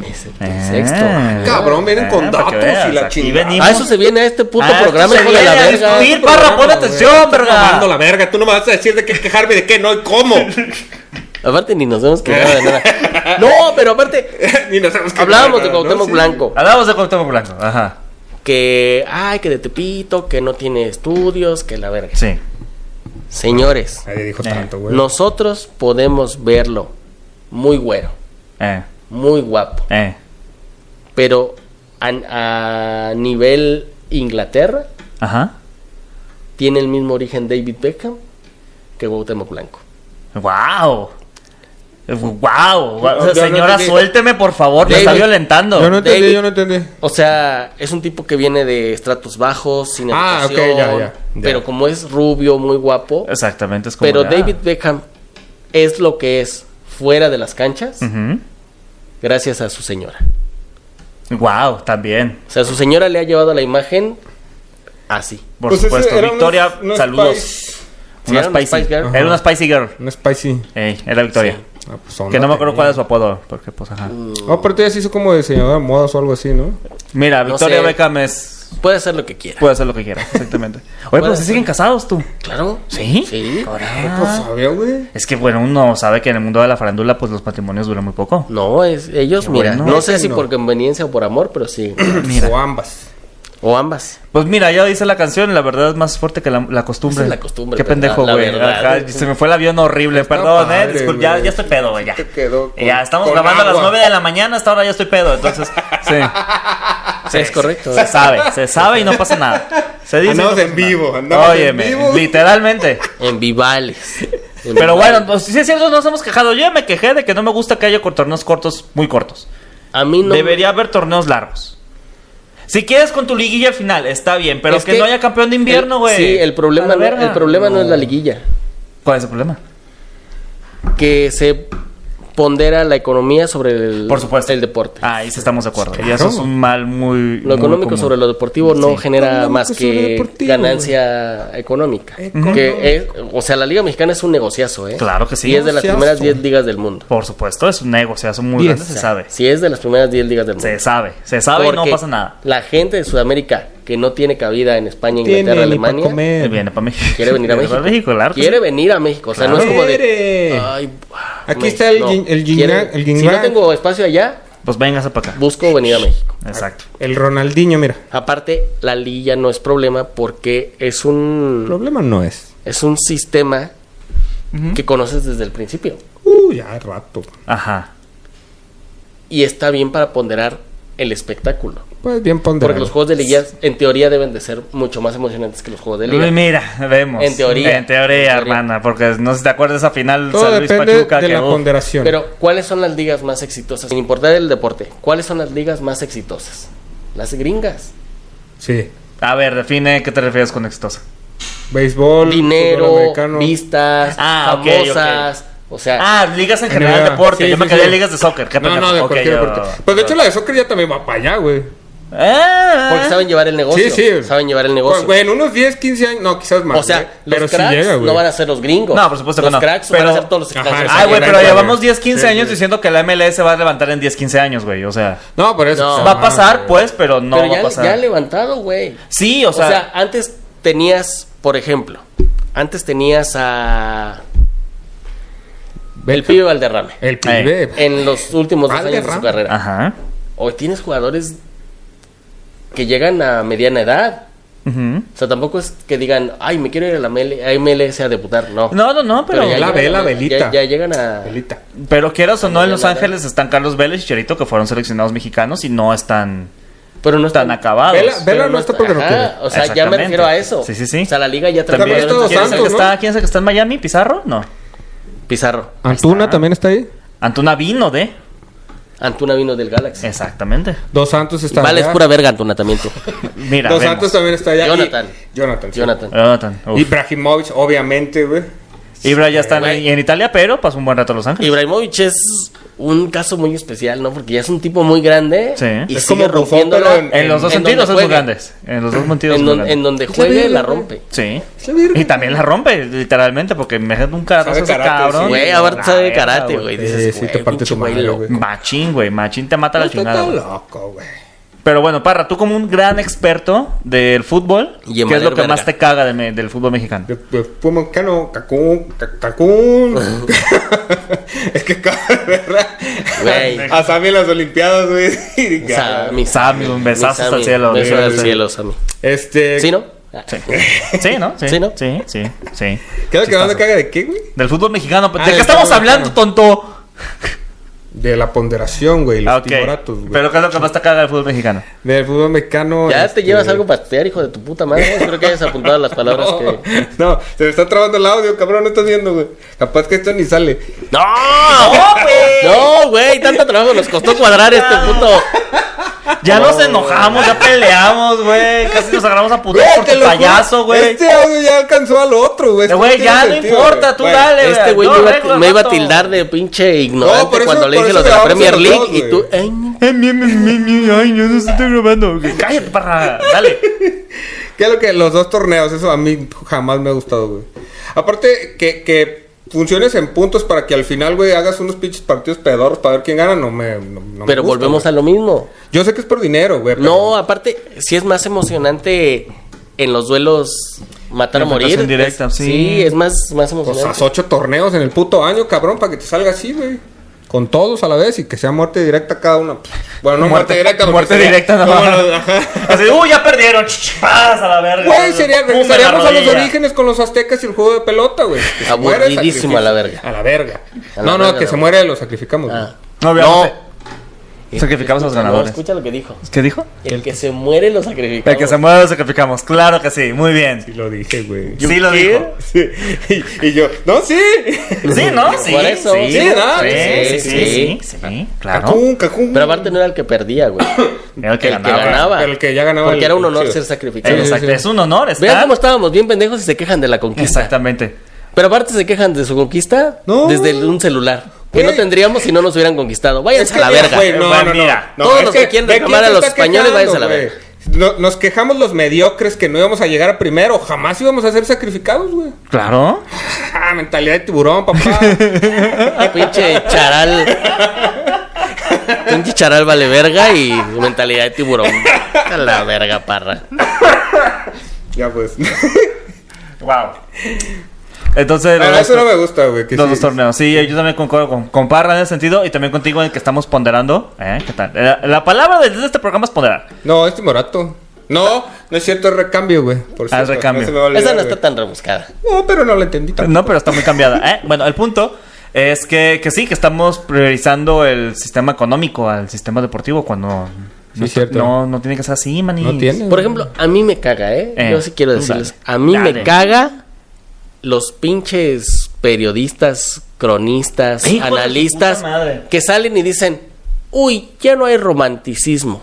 B: Excepto el
C: Eh,
B: sexto.
A: Cabrón, vienen con
C: para que
A: datos y la
C: aquí
A: chingada.
C: venimos.
B: A eso se viene a este puto
C: Ah,
B: programa,
C: esto
B: hijo
C: se
B: de la
C: viene a
B: verga.
C: discutir,
A: Tu
C: Parra,
A: programa,
C: pon
A: güey.
C: atención,
A: Estás
C: verga.
A: mamando la verga. Tú no me vas a decir de qué quejarme, de qué no y cómo.
B: Aparte ni nos hemos quedado de nada. No, pero aparte
A: Ni nos hemos quejado,
B: hablábamos de
A: ¿no?
B: Cuauhtémoc
A: Sí.
B: Blanco.
C: Hablamos de Cuauhtémoc Blanco. Ajá.
B: que ay que de Tepito que no tiene estudios que la verga
C: Sí.
B: señores
A: Nadie dijo
C: Eh.
A: tanto, Ah, güey.
B: nosotros podemos verlo muy güero,
C: Eh,
B: muy guapo.
C: eh.
B: Pero a, a nivel Inglaterra
C: Ajá.
B: tiene el mismo origen David Beckham que Cuauhtémoc Blanco.
C: ¡Wow! ¡Wow!
A: no
C: Señora,
A: entendí.
C: suélteme, por favor. Me está
B: David,
C: violentando.
A: Yo no entendí,
B: David-
A: yo no entendí.
B: O sea, es un tipo que viene de estratos bajos, sin
A: Ah, ok,
B: educación,
A: ya, ya, ya.
B: pero como es rubio, muy guapo,
C: Exactamente, es como.
B: pero
C: de, ah.
B: David Beckham es lo que es fuera de las canchas
C: Ujú.
B: gracias a su señora.
C: Wow, también.
B: O sea, su señora le ha llevado la imagen así.
C: Por
A: Pues ese
C: supuesto.
A: era una-
C: Victoria,
A: una
C: saludos.
A: Spice-
B: Sí, era una
C: una spicy.
B: Spice Girl.
C: Era una spicy girl.
A: Una spicy.
C: Ey, era Victoria.
B: Sí. Mm,
A: Ah, pues, onda
C: Que no me acuerdo
A: tenía.
C: cuál es su apodo. Porque, pues, ajá.
A: Oh, pero ella se hizo como diseñadora de modas o algo así, ¿no?
C: Mira,
B: No
C: Victoria
B: sé.
C: Beckham es.
B: Puede hacer lo que quiera.
C: Puede hacer lo que quiera, exactamente. Oye, pero
B: Puede
C: si
B: ser.
C: siguen casados tú.
B: Claro.
C: ¿Sí?
B: Sí.
A: Ah, pues sabía, güey.
C: Es que, bueno, uno sabe que en el mundo de la farándula, pues los matrimonios duran muy poco.
B: No, es, ellos,
C: Qué
B: mira,
C: bueno.
B: no sé
A: Dicen
B: si
A: no.
B: por conveniencia o por amor, pero sí.
A: O ambas.
B: O ambas.
C: Pues mira, ya dice la canción, la verdad es más fuerte que la, la costumbre.
B: Esa es la costumbre,
C: Qué
B: ¿verdad?
C: pendejo,
B: La
C: güey.
B: verdad.
C: Ajá, Se me fue el avión horrible,
A: eh, Está
C: perdón, eh.
A: padre,
C: disculpa, ya,
A: güey.
C: ya estoy pedo, güey. Ya.
A: Te quedó con-
C: ya estamos
A: con
C: grabando a las
A: agua.
C: 9 de la mañana, hasta ahora ya estoy pedo, entonces. Sí.
B: Sí, es correcto.
C: Se sabe, se sabe y no pasa nada. Se dice. y
A: Andamos
C: no
A: en
C: pasa nada.
A: vivo, andamos
C: Óyeme,
A: en vivo.
C: literalmente.
B: En Vivales. En
C: Pero
B: Vivales.
C: bueno, pues, si es cierto, nos hemos quejado. Yo ya me quejé de que no me gusta que haya torneos cortos, muy cortos.
B: a mí no.
C: Debería haber torneos largos. Si quieres con tu liguilla al final, está bien, pero
B: Es
C: que, no haya campeón de invierno,
B: el-
C: güey.
B: Sí, el
C: A la
B: problema, no,
C: verga.
B: el problema no. es la liguilla.
C: ¿Cuál es el problema?
B: Que se pondera la economía sobre el,
C: Por supuesto.
B: el deporte.
C: Ahí sí estamos de acuerdo.
A: Claro.
C: Y eso es un mal muy.
B: Lo económico sobre lo deportivo no
C: Sí.
B: genera
A: Económico
B: más
A: sobre
B: que
A: deportivo,
B: ganancia económica. Que es- o sea, la Liga Mexicana es un negociazo, ¿eh?
C: Claro que sí.
B: Y es de las
A: Negociazo.
B: primeras 10 ligas del mundo.
C: Por supuesto, es un negociazo muy
A: Bien.
C: grande, se sabe.
B: Si es de las primeras 10 ligas del mundo.
C: Se sabe, se sabe y no
B: Porque
C: pasa nada.
B: La gente de Sudamérica que no tiene cabida en España, Inglaterra,
A: Tiene ni para
B: Alemania,
A: comer.
C: Viene para México.
B: quiere venir a
C: Viene
B: México.
C: pa' claro. que
B: Quiere
C: sí.
B: venir a México. O sea,
C: Claro.
B: no es como
A: Quiere.
B: de. Ay,
A: Aquí
B: me-
A: está el yin- el yin
B: Quiere-
A: yang, el yin
B: Si no
A: yang.
B: tengo espacio allá,
C: Pues véngase para acá.
B: busco venir a México.
C: Exacto.
A: El Ronaldinho, mira.
B: Aparte, la liga no es problema porque es
C: Mm.
B: un,
A: Problema no es.
B: es un sistema que conoces desde el principio.
A: Uh, ya rato.
C: Ajá.
B: Y está bien para ponderar el espectáculo.
A: Pues bien ponderado.
B: Porque los juegos de liga, en teoría, deben de ser mucho más emocionantes que los juegos de liga.
C: Mira, vemos.
B: En teoría.
C: En teoría,
B: En teoría.
C: hermana. Porque no sé si te acuerdas esa final
A: Todo
C: San Luis
A: depende
C: Pachuca.
A: de
C: que,
A: la
C: uf,
A: ponderación.
B: Pero, ¿cuáles son las ligas más exitosas? Sin importar el deporte, ¿cuáles son las ligas más exitosas? Las gringas.
A: Sí.
C: A ver, define qué te refieres con exitosa.
A: Béisbol, fútbol
B: Dinero,
A: americano.
B: vistas,
C: Ah, ok, ok.
B: famosas. O sea,
C: Ah, ligas en general de
A: NBA.
C: deporte.
A: Sí,
C: yo me
A: sí,
C: quedé en
A: sí.
C: ligas de soccer. Qué
A: No,
C: pendejo.
A: no, de
C: Ok,
A: cualquier
C: yo-
A: deporte. Pues de hecho la de soccer ya también va para allá, güey.
C: Ah.
B: porque saben llevar el negocio.
A: Sí, sí.
B: Saben llevar el
A: Pues,
B: negocio.
A: güey, en unos 10, 15 años, no, quizás más.
B: o sea,
A: güey.
B: los
A: sí
B: cracks
A: llega, güey.
B: no van a ser los gringos.
C: No, por supuesto que
B: los
C: no.
B: cracks
C: Pero-
B: van a ser todos los
A: Ajá,
B: extranjeros.
C: Ay, güey, pero
A: Sí,
C: llevamos
A: sí.
C: 10, 15 años
A: sí.
C: diciendo que la MLS se va a levantar en 10, 15 años, güey. O sea,
A: No, por eso.
B: No.
A: pues,
C: va a
A: ajá,
C: pasar,
A: güey.
C: pues, pero no
B: pero
C: va a
B: ya,
C: pasar.
B: ya levantado, güey.
C: Sí, o sea,
B: o sea, antes tenías, por ejemplo, antes tenías a. El pibe Valderrame.
A: El pibe.
B: en los últimos dos años de
A: Valderrama.
B: su carrera.
C: ajá.
B: Hoy tienes jugadores que llegan a mediana edad.
C: Ujú.
B: O sea, tampoco es que digan, ay, me quiero ir a la ML a MLS a debutar. No.
C: No, no, no, pero,
A: Pero ya la
B: llegan
A: vela,
B: a-
A: velita.
B: Ya, ya llegan a.
A: Pelita.
C: pero quieras o no, en Los
B: Ya la-
C: Ángeles están Carlos Vélez y Cherito, que fueron seleccionados mexicanos y no están
B: Pero no
C: tan acabados.
A: Vela-
B: pero
A: Vela no está porque no
B: ajá,
A: quiere.
B: O sea, ya me
C: Exactamente.
B: refiero a eso.
C: Sí, sí, sí.
B: O sea, la liga ya
A: También
B: también.
A: está Dos
C: ¿Quién es, el que
A: Santos, ¿no?
C: está, quién es el que está en Miami? ¿Pizarro? No.
B: Pizarro.
A: Antuna
C: está.
A: también está ahí.
C: Antuna vino de.
B: Antuna vino del Galaxy.
C: Exactamente.
A: Dos Santos está
B: Vale, es
A: allá.
B: pura verga, Antuna también tú.
C: Mira,
A: Dos
C: vemos.
A: Santos también está allá. y-
B: Jonathan.
A: Jonathan. sí.
B: Jonathan.
C: Jonathan, uf.
A: Ibrahimovic, obviamente, güey.
C: Ibra ya está en,
B: güey.
C: en Italia, pero pasó un buen rato a Los Ángeles.
B: Ibrahimovic es un caso muy especial, ¿no? Porque ya es un tipo muy grande.
C: Sí.
B: Y
A: Es como
B: sigue
A: Buffon,
B: rompiéndola.
A: pero
C: En los dos
B: en
C: sentidos
B: donde
C: es muy
B: juegue.
C: grandes. En los dos sentidos es
B: En,
C: muy
B: don-
C: grande.
B: en donde
A: la
B: juegue,
A: verga,
B: la
A: güey.
B: rompe.
C: Sí.
A: la verga.
C: Y también la rompe, literalmente, porque imagínate un carazo
A: Sabe
C: ese
A: karate,
C: cabrón.
A: sí.
B: Güey,
C: Ah,
B: ahora sabe de
C: verga,
B: karate, güey.
A: Sí,
B: Dices,
A: sí,
B: güey,
A: te parte
B: pinche
A: tu madre,
B: güey,
A: güey.
B: loco.
C: Machín, güey. Machín te mata la
A: Está
C: chingada.
A: todo
C: güey.
A: loco, güey.
C: Pero bueno, Parra, tú como un gran experto del fútbol,
B: Y
C: ¿qué
B: en
C: es lo
B: valer
C: que más
B: verga.
C: te caga de me- del fútbol mexicano?
A: De- de Pumo Cano, Cacún, Ca- Cacún. es que acabo de ver
B: Güey.
A: a- a Sammy en las Olimpiadas, güey. Y ya.
B: Sammy,
C: Sammy, un besazo
B: Sammy,
C: al cielo,
B: Beso
A: güey.
B: al cielo, Sammy.
A: Este.
B: ¿Sí, no? Ah,
C: Sí, ¿no? Sí,
B: Sí, ¿no?
C: Sí, sí, sí.
A: ¿Qué es lo que más me
C: Chistazo.
A: caga de qué, güey?
C: Del fútbol mexicano. pues,
A: Ah,
C: ¿De
A: del
C: qué estamos
A: fútbol
C: hablando, tonto?
A: De la ponderación, güey. Los
C: Ah, ok.
A: timoratos, güey.
C: Pero ¿qué es lo que más te caga del fútbol mexicano?
A: Del fútbol mexicano.
B: Ya
A: este,
B: te llevas algo para estudiar, hijo de tu puta madre. Espero que hayas apuntado las palabras
A: No,
B: que.
A: no, se me está trabando el audio, cabrón, no estás viendo, güey. Capaz que esto ni sale.
B: ¡No! ¡No, güey! Tanto trabajo nos costó cuadrar este puto.
C: Ya nos enojamos, ya peleamos, güey. Casi nos agarramos a putos por
A: te
C: tu
A: lo juro,
C: este payaso, güey.
A: Este audio ya alcanzó al otro, güey.
C: Eh, güey,
A: Esto
C: ya
A: tiene
C: no
A: sentido,
C: importa,
A: güey.
C: tú dale, güey.
B: Este güey
C: No,
B: me iba-
C: regla,
B: me iba a
C: vato.
B: tildar de pinche
A: No,
B: ignorante
A: por eso-
B: cuando le
A: por
B: dije
A: eso
B: lo de la
A: grabamos
B: Premier
A: los
B: League
A: dos,
B: y
A: güey.
B: tú. ¡Ay, no!
A: em-
C: Ay, yo no estoy grabando. Cállate, parra. Dale.
A: Que es lo que los dos torneos, eso a mí jamás me ha gustado, güey. Aparte, que, que funciones en puntos para que al final, güey, hagas unos pinches partidos pedorros para ver quién gana, no me. no- no me
B: Pero
A: gusta,
B: volvemos
A: güey.
B: a lo mismo.
A: Yo sé que es por dinero, güey. pero-
B: No, aparte, sí es más emocionante en los duelos matar o morir.
C: Enfrentación directa,
B: Es-
C: sí.
B: es más,
A: Pues
B: más emocionante.
A: haz ocho torneos en el puto año, cabrón, para que te salga así, güey. Con todos a la vez y que sea muerte directa cada una. Bueno, no muerte, directa, porque
C: Muerte
A: sería-
C: directa, no.
A: Bueno, ajá.
C: Así, uy, ya perdieron. Ch, Paz a la verga.
A: Güey, sería,
C: Pum, en la
A: regresaríamos a los
C: rodilla.
A: orígenes con los aztecas y el juego de pelota, güey. Que se muere, sacrificio.
B: Aburridísimo a la verga.
A: A la verga.
B: A la
A: no, no,
B: verga,
A: que
B: la
A: se
B: verga.
A: muere, lo sacrificamos.
B: Ah.
C: No, obviamente. Sacrificamos a los
B: Escucha, no,
C: ganadores.
B: Escucha lo que dijo.
C: ¿Qué dijo?
B: El que se muere lo sacrificamos.
C: El que se mueve lo sacrificamos. Claro que sí, muy
A: Y
C: bien.
A: lo dije, güey.
C: Sí lo dijo.
A: Sí. Y, y yo, no, sí.
C: Sí, ¿no? Sí,
B: Por eso.
C: Sí,
A: Sí, Ah, ¿no?
C: sí, sí,
B: Sí,
C: sí, sí, claro.
A: Cajún, cajún.
B: Pero aparte no era el que perdía, güey.
C: Era el que
B: el que
C: ganaba.
B: ganaba.
A: El que ya ganaba
B: Porque
A: el-
B: era un honor
A: sí.
B: ser
C: Eh,
B: sacrificado.
A: Sí, sí,
C: exacto, Ah.
A: sí.
C: Es un honor,
B: Vean
C: está.
B: cómo estábamos, bien pendejos y se quejan de la conquista.
C: Exactamente.
B: Pero aparte se quejan de su conquista
A: No.
B: desde el- un celular. Que
A: Güey.
B: no tendríamos si no nos hubieran conquistado. Váyanse a la
A: mira,
B: verga.
A: güey, no,
C: Bueno,
A: no, no,
C: mira,
A: Pues no,
B: todos
A: es
B: los que quieren
A: ¿de
B: reclamar
A: quién
B: a
A: se
B: los
A: está
B: españoles, váyanse a la
A: quejando,
B: verga.
A: güey? No- nos quejamos los mediocres que no íbamos a llegar a primero. Jamás íbamos a ser sacrificados, güey.
C: Claro.
A: Ah, mentalidad de tiburón, papá.
B: Pinche charal. Pinche charal vale verga y mentalidad de tiburón. A la verga, parra.
A: ya, pues.
C: Wow. Entonces,
A: Pero
C: los,
A: eso no me gusta, güey. que
C: los
A: sí.
C: dos torneos. Sí, yo también concuerdo con, con Parra en ese sentido y también contigo en el que estamos ponderando. ¿Eh? ¿Qué tal? La, la palabra de de este programa es ponderar.
A: No, es timorato. No, no es cierto, es recambio, güey. Por
C: Ah, es
A: cierto,
C: recambio.
A: no se me va a olvidar,
B: Esa no
A: güey.
B: está tan rebuscada.
A: No, pero no la entendí tampoco.
C: No, pero está muy cambiada. ¿eh? Bueno, el punto es que, que sí, que estamos priorizando el sistema económico al sistema deportivo cuando
A: Sí,
C: no,
A: cierto.
C: no, no tiene que ser así, maní.
A: No tiene.
B: Por ejemplo, a mí me caga, ¿eh?
C: Eh,
B: Yo sí quiero
C: dale.
B: decirles. A mí
C: Dale.
B: me caga los pinches periodistas, cronistas,
C: Eh, Hijo de su
B: analistas
C: puta madre.
B: que salen y dicen, uy, ya no hay romanticismo.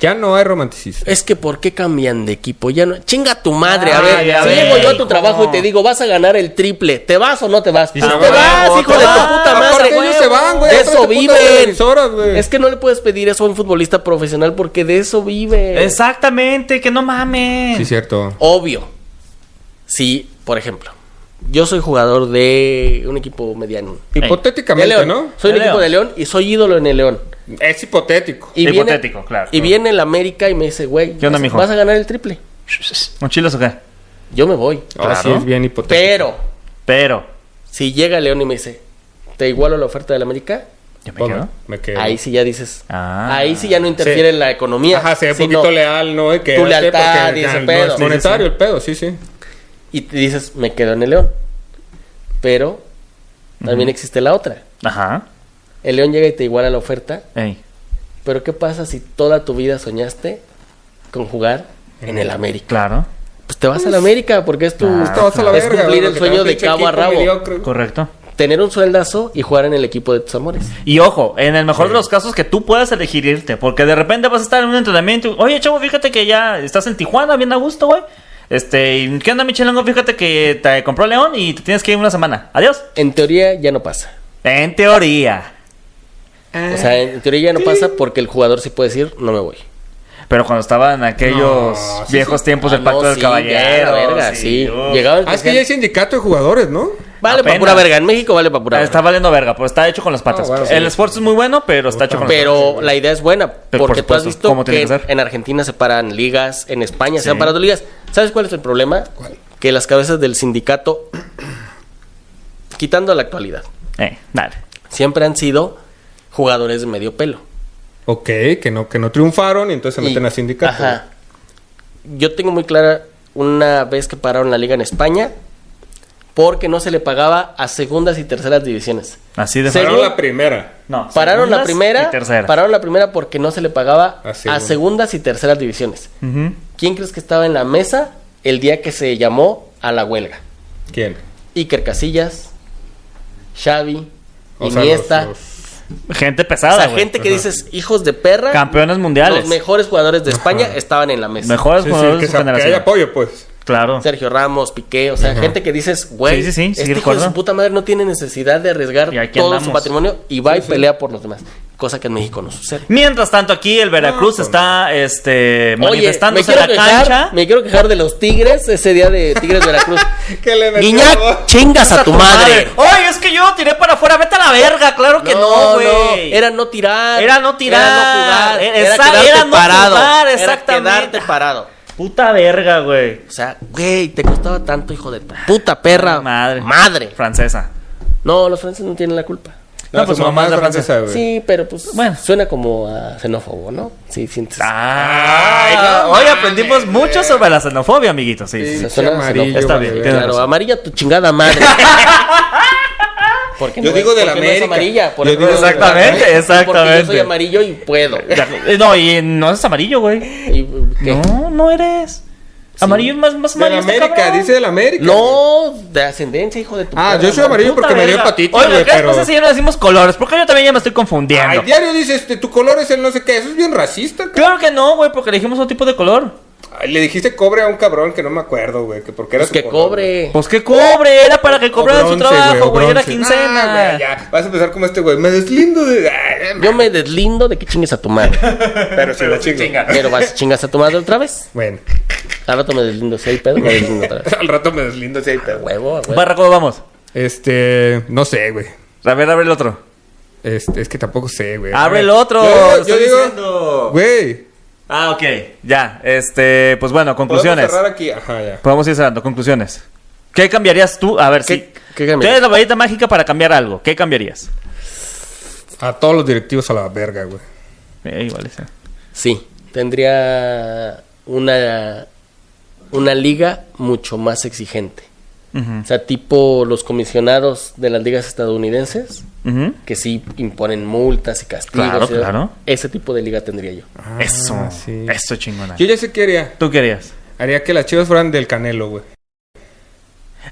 A: Ya no hay romanticismo.
B: Es que ¿por qué cambian de equipo? Ya no. Chinga tu madre, a
C: Ah,
B: ver.
C: ya
B: si
C: ves,
B: llego yo a tu
C: hijo.
B: trabajo y te digo, vas a ganar el triple, ¿te vas o no te vas?
A: Y
B: Pues
A: se
B: te
A: van,
B: vas,
A: güey,
B: hijo
A: te
B: de tu
A: vas.
B: puta
A: Ah, Aparte
B: madre.
A: ellos se van, güey,
B: De
A: otras
B: eso
A: putas
B: viven.
A: televisoras, güey.
B: Es que no le puedes pedir eso a un futbolista profesional porque de eso vive.
C: Exactamente, que no mames.
A: Sí, cierto.
B: Obvio. Si, por ejemplo, yo soy jugador de un equipo mediano. De
A: Hipotéticamente,
B: León.
A: ¿no?
B: Soy un
C: De
B: equipo
C: León.
B: de León y soy ídolo en el León.
A: Es hipotético.
B: Y viene-
C: Hipotético, claro.
B: Y viene el América y me dice, güey,
C: ¿Qué onda,
B: vas-
C: mijo?
B: vas a ganar el triple.
C: ¿Mochilas o qué?
B: Yo me voy.
A: Ahora sí
C: Claro.
A: es bien hipotético.
B: Pero,
C: Pero,
B: si llega León y me dice, te igualo la oferta del América,
C: yo me
A: Ponme,
C: quedo.
A: me quedo.
B: ahí sí ya dices.
C: Ah.
B: ahí sí ya no interfiere
A: Sí.
B: la economía.
A: Ajá, se ve un
B: Sí,
A: poquito
B: no.
A: leal, ¿no? Y que
B: Tu
A: este,
B: lealtad
A: porque
B: y ese
A: no
B: pedo.
A: es
B: Sí, sí,
A: monetario el pedo, sí, sí.
B: Y te dices, me quedo en el León. Pero, también existe la otra.
C: Ajá.
B: El León llega y te iguala la oferta,
C: Ey.
B: pero ¿qué pasa si toda tu vida soñaste con jugar en el América?
C: Claro.
B: Pues te vas al América porque es tu...
C: Pues
A: Te vas a la
B: es
A: verga, güey,
B: cumplir el
A: que te
B: sueño
A: un
B: de
A: pinche
B: cabo a
A: equipo
B: rabo.
A: mediocre.
C: Correcto.
B: Tener un sueldazo y jugar en el equipo de tus amores.
C: Y ojo, en el mejor de los casos que tú puedas elegir irte, porque de repente vas a estar en un entrenamiento. y, Oye, chavo, fíjate que ya estás en Tijuana, bien a gusto, güey. Este, ¿y ¿qué onda, Michelango? Fíjate que te compró León y te tienes que ir una semana. Adiós.
B: En teoría ya no pasa.
C: En teoría.
B: O sea, en teoría ya no pasa porque el jugador sí puede decir, no me voy.
C: Pero cuando estaban aquellos
A: No, sí,
C: viejos
A: sí.
C: tiempos
B: Ah,
C: del Pues Pacto
B: no,
C: del
B: sí, ya, la
C: Caballero.
B: verga, sí.
C: uf.
B: Llegaba el
A: Ah, es
B: que
A: que ya hay sindicato de jugadores, ¿no?
B: Vale para
C: apenas.
B: pura verga. En México vale para pura
C: Ah, Está
B: verga.
C: valiendo verga, pero está hecho con las patas.
A: Ah, bueno,
C: el
A: sí.
C: esfuerzo es muy bueno, pero está hecho con las patas.
B: Pero la idea es buena.
C: por
B: Porque tú has
C: supuesto,
B: visto
C: pues, ¿cómo
B: que,
C: tiene que ser?
B: en Argentina se paran ligas, en España
C: Sí.
B: se han parado ligas. ¿Sabes cuál es el problema? Que las cabezas del sindicato, quitando la actualidad,
C: Eh, dale.
B: siempre han sido jugadores de medio pelo.
A: Ok, que no, que no triunfaron y entonces se
B: Y-
A: meten a sindicato.
B: Ajá. Yo tengo muy clara una vez que pararon la liga en España, porque no se le pagaba a segundas y terceras divisiones.
C: Así de
B: Sí.
C: fácil.
A: Pararon la primera.
C: No,
B: Pararon la
C: segundas
B: primera,
C: y tercera.
B: pararon la primera porque no se le pagaba
A: A
B: a,
A: segunda.
B: segundas y terceras divisiones.
C: Ujú.
B: ¿Quién crees que estaba en la mesa el día que se llamó a la huelga?
A: ¿Quién?
B: Iker Casillas, Xavi,
A: O sea,
B: Iniesta,
A: los- los-
C: Gente
B: o
C: pesada,
B: sea,
C: güey.
B: gente que dices hijos de perra,
C: Campeones mundiales.
B: los mejores jugadores de España estaban en la mesa.
C: Mejores
A: Sí, sí,
C: jugadores
A: que,
C: de su
A: sea- que
C: generación.
A: haya apoyo, pues.
C: Claro.
B: Sergio Ramos, Piqué, o sea, gente que dices, güey,
C: Sí, sí, sí, sí,
B: este hijo de
C: recuerdo.
B: su puta madre no tiene necesidad de arriesgar
C: Y aquí
B: todo su
C: andamos.
B: patrimonio y va y pelea por los demás, cosa que en México no sucede.
C: Mientras tanto, aquí el Veracruz está este,
B: Oye, me
C: manifestándose en
B: quiero,
C: la
B: quejar,
C: cancha.
B: me quiero quejar de los Tigres ese día de Tigres Veracruz.
A: Que le metió
B: Guiñac,
A: gol.
B: chingas a tu madre.
C: ¡Oye, es que yo lo tiré para afuera! ¡Vete a la verga! ¡Claro que no, güey!
B: era no tirar.
C: Era no tirar,
B: Era no jugar.
C: era-
B: Era,
C: exa-
B: quedarte
C: era no
B: parado.
C: jugar,
B: era
C: exactamente.
B: quedarte parado.
C: ¡Puta verga, güey!
B: O sea, güey, te costaba tanto, hijo de tu puta perra.
C: Madre.
B: Madre.
C: Francesa.
B: No, los franceses no tienen la culpa.
A: No,
C: pues
A: su
C: mamá
A: mamá
C: es
A: es
C: de
A: francesa, güey.
B: Sí, pero pues
C: Bueno. Ah,
B: suena como a xenófobo, ¿no? Sí, sientes.
A: Ah, Ay, no
C: hoy
A: mames,
C: aprendimos mucho
A: güey.
C: sobre la xenofobia, amiguitos. Sí, sí,
A: Sí,
C: sí.
B: Se suena
A: amarillo,
C: Está
A: vale,
C: bien,
A: verga.
C: tienes
B: claro,
C: razón.
B: amarilla tu chingada madre. ¿Por qué
A: Yo digo
B: es-
A: de la
B: por qué no es
A: América.
B: amarilla, por
A: Yo
B: ejemplo,
A: digo de la
C: Exactamente,
B: Porque
C: exactamente.
B: yo soy amarillo y puedo.
C: Ya, No, y no es amarillo, güey.
B: ¿Y qué?
C: No, no eres. Amarillo es más, más
A: De la
C: amarillo. este
A: América,
C: cabrón.
A: dice de la América.
B: No, de ascendencia, hijo de tu
A: Ah,
B: perra
A: yo soy
B: madre.
A: amarillo
C: Puta
A: porque me dio
C: verga.
A: hepatitis,
C: Oiga,
A: güey,
C: ¿qué
A: pero...
C: pasa si ya no decimos colores? Porque yo también ya me estoy confundiendo.
A: Al diario dices, este, tu color es el no sé qué. Eso es bien racista, cabrón.
C: Claro que no, güey, porque elegimos otro tipo de color.
A: Ay, Le dijiste cobre a un cabrón que no me acuerdo, güey. Que porque era
B: Pues
A: su
B: que
A: color, güey.
B: cobre.
C: Pues que cobre, era para que cobraran su
A: O bronce,
C: trabajo,
A: o
C: güey, era
A: bronce.
C: quincena.
A: Ah, güey, ya. Vas a empezar como este, güey. Me deslindo de... Ay,
B: Yo me deslindo de que chingues a tu madre.
A: Pero se la chingo.
B: Pero vas y chingas a tu madre otra vez.
A: Bueno.
B: Al rato me deslindo, si hay pedo, me deslindo otra vez.
A: Al rato me deslindo así,
B: A
A: pero...
B: Huevo, a huevo.
C: Barra, ¿cómo vamos?
A: Este... No sé, güey.
C: A ver, abre el otro.
A: Este, es que tampoco sé, güey.
C: Abre el otro.
A: Yo digo-
C: lo
A: yo
C: estoy
A: digo-
C: diciendo.
A: Güey.
C: Ah, ok. Ya, este, pues bueno,
A: Podemos
C: conclusiones.
A: cerrar aquí. Ajá, ya.
C: Podemos ir cerrando, conclusiones. ¿Qué cambiarías tú? A ver,
B: ¿Qué-
C: si
B: qué cambiarías?
C: tienes la varita mágica para cambiar algo, ¿qué cambiarías?
A: A todos los directivos a la verga, güey.
C: Eh, igual ese.
B: Sí, tendría una, una liga mucho más exigente. O
C: Ujú,
B: sea, tipo los comisionados de las ligas estadounidenses,
C: ujú.
B: que sí imponen multas y castigos.
C: Claro,
B: y demás.
C: claro.
B: Ese tipo de liga tendría yo.
A: Ah,
C: Eso,
A: sí.
C: eso chingona.
A: Yo ya sé qué haría.
C: ¿Tú querías?
A: Haría que las chivas fueran del Canelo, güey.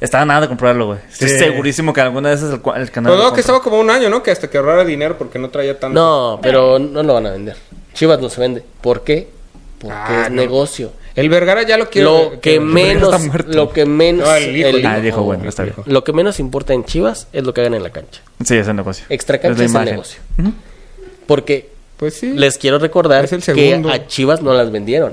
C: Estaba nada de comprarlo, güey. Estoy
A: Sí.
C: segurísimo que alguna de esas el, cua- el canal.
A: Pero no,
C: lo
A: que
C: compra.
A: estaba como un año, ¿no? Que hasta que ahorrara dinero porque no traía tanto.
B: No, pero no lo van a vender. Chivas no se vende. ¿Por qué? Porque
A: Ah,
B: es
A: no.
B: negocio.
A: El Vergara ya lo quiere.
B: Lo que menos,
C: está muerto.
B: lo que menos,
A: No, el hijo,
B: el-
A: el
C: Ah, dijo, bueno, está bien.
B: lo que menos importa en Chivas es lo que hagan en la cancha.
C: Sí, es el negocio.
B: Extracancha
C: la
B: es el
C: imagen.
B: negocio.
C: Ujú.
B: Porque
A: Pues sí.
B: les quiero recordar
A: Es el
B: que
A: segundo.
B: a Chivas no las vendieron.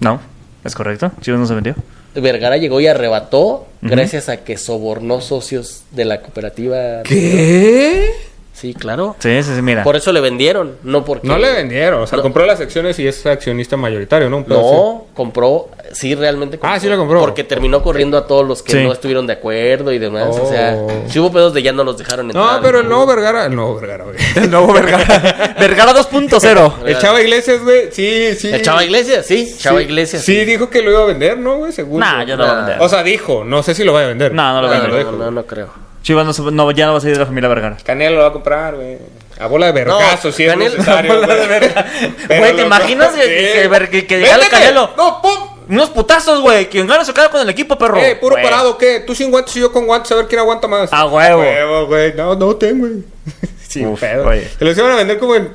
C: No, es correcto. Chivas no se vendió.
B: Vergara llegó y arrebató gracias a que sobornó socios de la cooperativa.
A: ¿Qué?
B: Sí, claro.
C: Sí, sí, sí, mira.
B: Por eso le vendieron, no porque
A: No le vendieron. O sea,
B: No.
A: compró las acciones y es accionista mayoritario, ¿no? Un pedo así.
B: No, compró, sí, realmente compró.
A: Ah, sí lo compró.
B: Porque terminó corriendo a todos los que
C: Sí.
B: no estuvieron de acuerdo y demás. O sea,
A: Oh.
B: si hubo pedos de ya no los dejaron entrar.
A: No, pero el nuevo Vergara. El nuevo Vergara, güey.
C: El nuevo Vergara. Vergara 2.0.
A: El Chava Iglesias, güey. Sí, sí.
B: El Chava Iglesias, sí, Chava
A: Sí.
B: Iglesias.
A: Sí, dijo que lo iba a vender, ¿no, güey? Seguro.
C: Nah, yo no lo voy a vender.
A: O sea, dijo. No sé si lo va a vender.
C: No, no lo
B: No,
C: voy a
B: no,
A: Bueno,
C: vender.
B: no, no, no creo.
C: Chivas no, se- no, ya no va a salir de la familia Vergara.
A: Canelo lo va a comprar, güey. A bola de vergazo,
B: No,
A: sí, es
B: Canelo-
A: necesario.
C: a bola de
A: güey.
C: verga.
A: Pero
C: Güey, ¿te
A: lo-
C: imaginas que- que- que- que- que llegara el
A: Véndete.
C: Canelo?
A: No, pum.
C: Unos putazos, güey. Quien gana se queda con el equipo, perro.
A: Eh, puro
C: Güey.
A: parado, ¿qué? Tú sin guantes y yo con guantes, a ver quién aguanta más.
C: A huevo.
A: Huevo, güey. No, no tengo, güey. sin
C: Uf,
A: pedo.
C: oye.
A: Te los iban a vender como en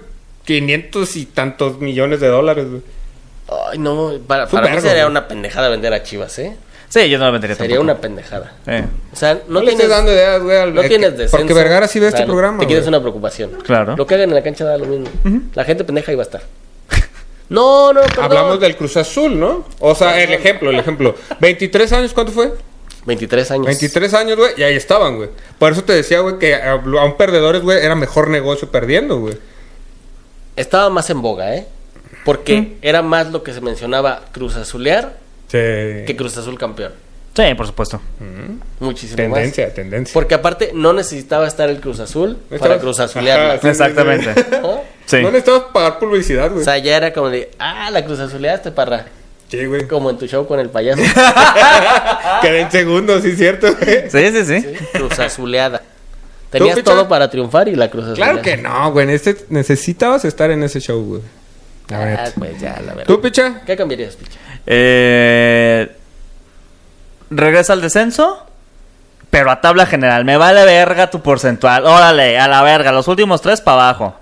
A: 500 y tantos millones de dólares, güey.
B: Ay, no, para,
A: Fue
B: para mí
A: vergo,
B: sería
A: güey.
B: una pendejada vender a Chivas, ¿eh?
C: Sí, yo no lo vendería
B: Sería
C: tampoco.
B: una pendejada.
C: Eh,
B: O sea, no,
A: No, le
B: tienes
A: estés dando ideas, güey. al-
B: No
A: eh,
B: tienes
A: que-
B: descenso.
A: Porque Vergara sí ve este
B: Claro,
A: programa,
B: Te
A: güey.
B: quieres una preocupación.
C: Claro.
B: Lo que hagan en la cancha da lo mismo. La gente pendeja iba a estar. No, no, perdón.
A: Hablamos del Cruz Azul, ¿no? O sea, el ejemplo, el ejemplo. 23 años, ¿cuánto fue?
B: 23 años.
A: 23 años, güey, y ahí estaban, güey. Por eso te decía, güey, que a, a un perdedores, güey, era mejor negocio perdiendo, güey.
B: Estaba más en boga, ¿eh? Porque era más lo que se mencionaba Cruz Azulear que
A: Sí.
B: Cruz Azul campeón.
C: Sí, por supuesto.
B: Muchísimo
A: Tendencia,
B: más.
A: tendencia.
B: Porque aparte no necesitaba estar el Cruz Azul
A: No
B: para
A: estabas-
B: Cruz
A: Ajá,
B: Azulear.
A: sí,
C: Exactamente.
A: sí, sí.
B: ¿no?
C: Sí.
A: No necesitabas pagar publicidad,
B: O
A: güey.
B: sea, ya era como de, ah, la Cruz Azuleaste, parra.
A: Sí, güey.
B: Como en tu show con el payaso.
A: Quedé en segundo, sí, cierto. güey?
C: Sí, sí, sí.
B: Cruz azuleada. Tenías
A: Picha?
B: todo para triunfar y la cruz azuleada.
A: Claro que no, güey. Este, necesitabas estar en ese show, güey. La
B: Ah,
A: verdad.
B: pues ya, la verdad.
A: ¿Tú, picha?
B: ¿Qué cambiarías, picha?
C: Eh, regresa al descenso, pero a tabla general. Me vale verga tu porcentual. Órale, a la verga. Los últimos tres para abajo.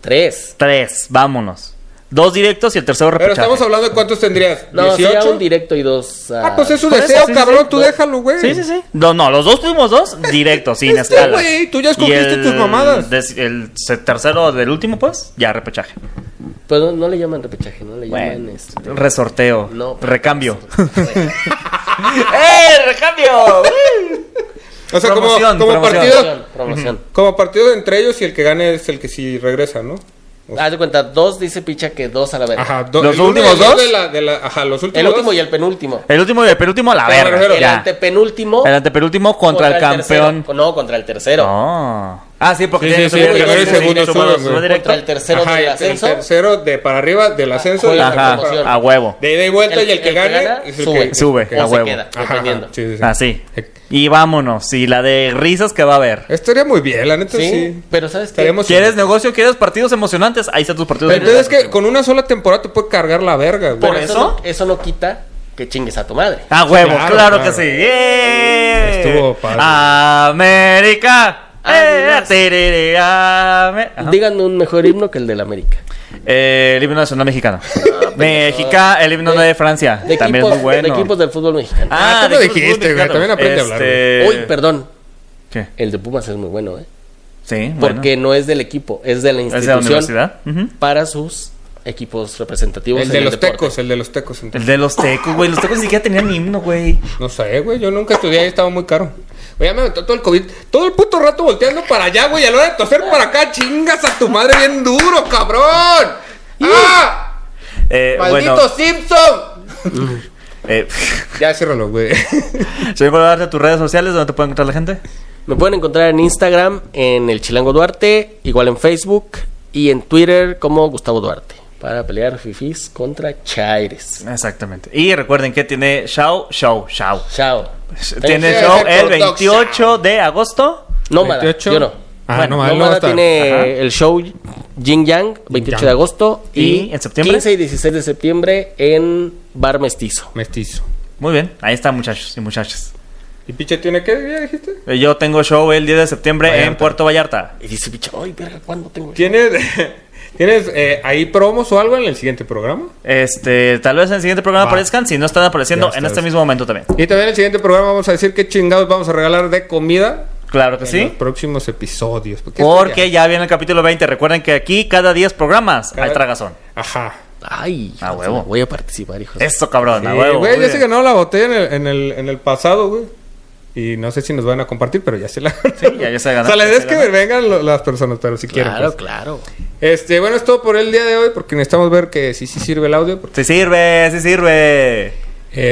B: Tres.
C: Tres, vámonos. Dos directos y el tercero
A: Pero
C: repechaje.
A: estamos hablando de cuántos tendrías.
B: No, sí, a un
A: ¿18?
B: directo y dos. a-
A: Ah, pues es su
C: Por eso,
A: deseo,
C: sí, sí,
A: cabrón.
C: sí.
A: Tú déjalo, güey.
C: Sí, sí, sí. No, no, los dos últimos dos directos, sin
A: Este
C: escala.
A: güey, tú ya escogiste tus mamadas.
C: El se- tercero del último, pues, ya repechaje.
B: Pues no, no le llaman repechaje, no le llaman
C: Bueno,
B: este.
C: resorteo.
B: No.
A: pues.
C: recambio.
B: Bueno,
C: ¡Eh, recambio!
A: O sea, como,
C: Promoción,
A: como
C: promoción.
A: partido.
B: promoción, promoción.
A: Como partido entre ellos y el que gane es el que sí regresa, ¿no? O sea,
B: Haz de cuenta, dos dice picha que dos a la verga.
A: ajá, do-
C: ¿Los
A: el uno y el
C: últimos dos?
A: De la, de la- ajá, los últimos
B: El último
A: dos.
B: y el penúltimo.
C: el último y el penúltimo, la
A: Pero me
C: verga.
A: refiero-
B: El
C: ya.
B: antepenúltimo.
C: El antepenúltimo contra, el campeón.
B: tercero. No, contra el tercero.
C: No. Ah, sí, porque
A: Sí,
C: tiene
A: sí, sí,
C: que subir
A: primero y
C: directo,
A: segundo
C: directo,
A: suben,
C: más,
A: güey.
C: más directo.
B: Contra el tercero
A: Ajá,
B: del
A: el-
B: ascenso.
A: El tercero de para arriba del ascenso. y la
C: Ajá,
A: promoción.
C: a huevo.
A: De ida y vuelta y el que gane es el
B: sube.
A: que-
C: Sube,
B: o
C: a
B: se
C: huevo.
B: queda,
A: Ajá, ajá,
B: dependiendo.
A: sí, sí, sí.
C: Así. Y vámonos. Y la de risas que va a haber.
A: Estaría muy bien, la neta
B: Sí,
A: sí.
B: pero ¿sabes qué?
A: Estaríamos-
C: ¿Quieres negocio? ¿Quieres partidos emocionantes? Ahí están tus partidos
A: Pero entonces es
C: emocionantes.
A: que con una sola temporada te puede cargar la verga, güey.
B: Pero
C: Por
B: eso,
C: eso-
B: no- eso no quita que chingues a tu madre.
C: A Ah, huevo,
A: Claro,
C: claro,
A: claro.
C: que sí. ¡Eh!
A: Estuvo padre.
C: América. Eh,
B: Además.
C: tereré, ame- Ajá.
B: Díganme un mejor himno que el del América.
C: Eh, el himno nacional mexicano. México, el himno de, Francia.
B: Ah, De
C: También es
B: equipos,
C: muy bueno.
B: de equipos del fútbol mexicano.
A: Ah, tú lo
C: de equipos
A: dijiste, güey,
C: mexicanos. Este,
A: también aprende a hablar,
C: Eh.
A: güey.
B: Uy, perdón.
C: ¿Qué?
B: El de Pumas es muy bueno, ¿eh?
C: Sí, bueno.
B: Porque no es del equipo, es de la
C: de la
B: institución.
C: universidad. Ujú.
B: Para sus equipos representativos.
A: El
B: en
A: de los
B: deporte.
A: tecos, el de los tecos. entonces.
C: El de los tecos, güey. Los tecos ni siquiera tenían himno, güey.
A: No sé, güey, yo nunca estudié y estaba muy caro. Güey, ya me aventó todo el COVID. Todo el puto rato volteando para allá, güey. y A la hora de toser para acá, chingas a tu madre bien duro, cabrón. ¡Ah!
C: Eh,
A: ¡Maldito
C: bueno,
A: Simpson!
C: eh,
A: Ya ciérralo, güey.
C: ¿se me darte tus redes sociales donde te puede encontrar la gente?
B: Me pueden encontrar en Instagram, en el Chilango Duarte, igual en Facebook y en Twitter como Gustavo Duarte. Para pelear fifis contra Chaires.
C: Exactamente. Y recuerden que tiene show, show, show.
B: Chao.
C: Tiene
A: Ese
C: show
A: es el
C: el
A: Protox.
C: 28 de agosto.
B: Nómada.
A: 28.
B: Yo no.
A: Ah,
C: Bueno,
A: no, él no va a
B: Nómada
A: estar.
B: tiene
C: Ajá.
B: el show Jin Yang, 28
A: Yang.
B: de agosto. Y,
C: ¿Y en septiembre?
B: 15 y 16 de septiembre en Bar Mestizo.
A: Mestizo.
C: Muy bien, ahí está muchachos y muchachas.
A: ¿Y Piche tiene qué? ¿Ya dijiste?
C: Eh, Yo tengo show el 10 de septiembre en
A: Vallarta.
C: Puerto Vallarta.
B: Y dice, bicho, ay, verga, ¿cuándo tengo?
A: ¿Tienes, tienes eh, ahí promos o algo en el siguiente programa?
C: Este, tal vez en el siguiente programa
A: Va.
C: aparezcan, si no están apareciendo
A: Ya
C: en
A: estás.
C: este mismo momento también.
A: Y también en el siguiente programa vamos a decir qué chingados vamos a regalar de comida
C: Claro que
A: en los
C: sí.
A: próximos episodios. Porque, esto
C: Porque ya viene el capítulo 20. Recuerden que aquí cada 10 programas
A: Cada-
C: hay tragazón.
A: Ajá.
B: Ay,
C: A huevo.
B: voy a participar, hijo.
C: Eso, cabrón, a
A: Sí,
C: huevo.
A: güey,
C: Muy
A: ya se
C: bien.
A: ganó la botella en el, en el, en el pasado, güey. Y no sé si nos van a compartir, pero ya se la ganaron.
C: ya- ya se ganó,
A: O sea, la
C: ya
A: idea es
C: se
A: que
C: ganó.
A: vengan lo- las personas, pero si quieren.
B: Claro,
A: pues.
B: claro.
A: Este, bueno, es todo por el día de hoy, porque necesitamos ver que sí, sí sirve el audio. porque-
C: Sí sirve, sí sirve.
A: Eh,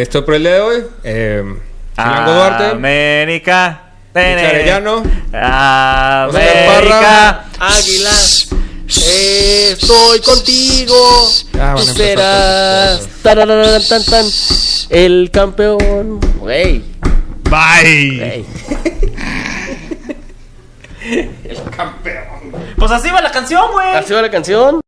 A: es todo por el día de hoy. Eh,
C: Ah,
A: Chilango Duarte.
C: América.
A: Arellano.
C: América.
B: Águila, estoy contigo.
A: Ah, bueno,
B: Tú
A: empezó
B: serás tarararán, tan, tan, el campeón. Güey,
C: Bye.
B: güey.
C: Pues así va la canción, güey.
B: ¿Así va la canción?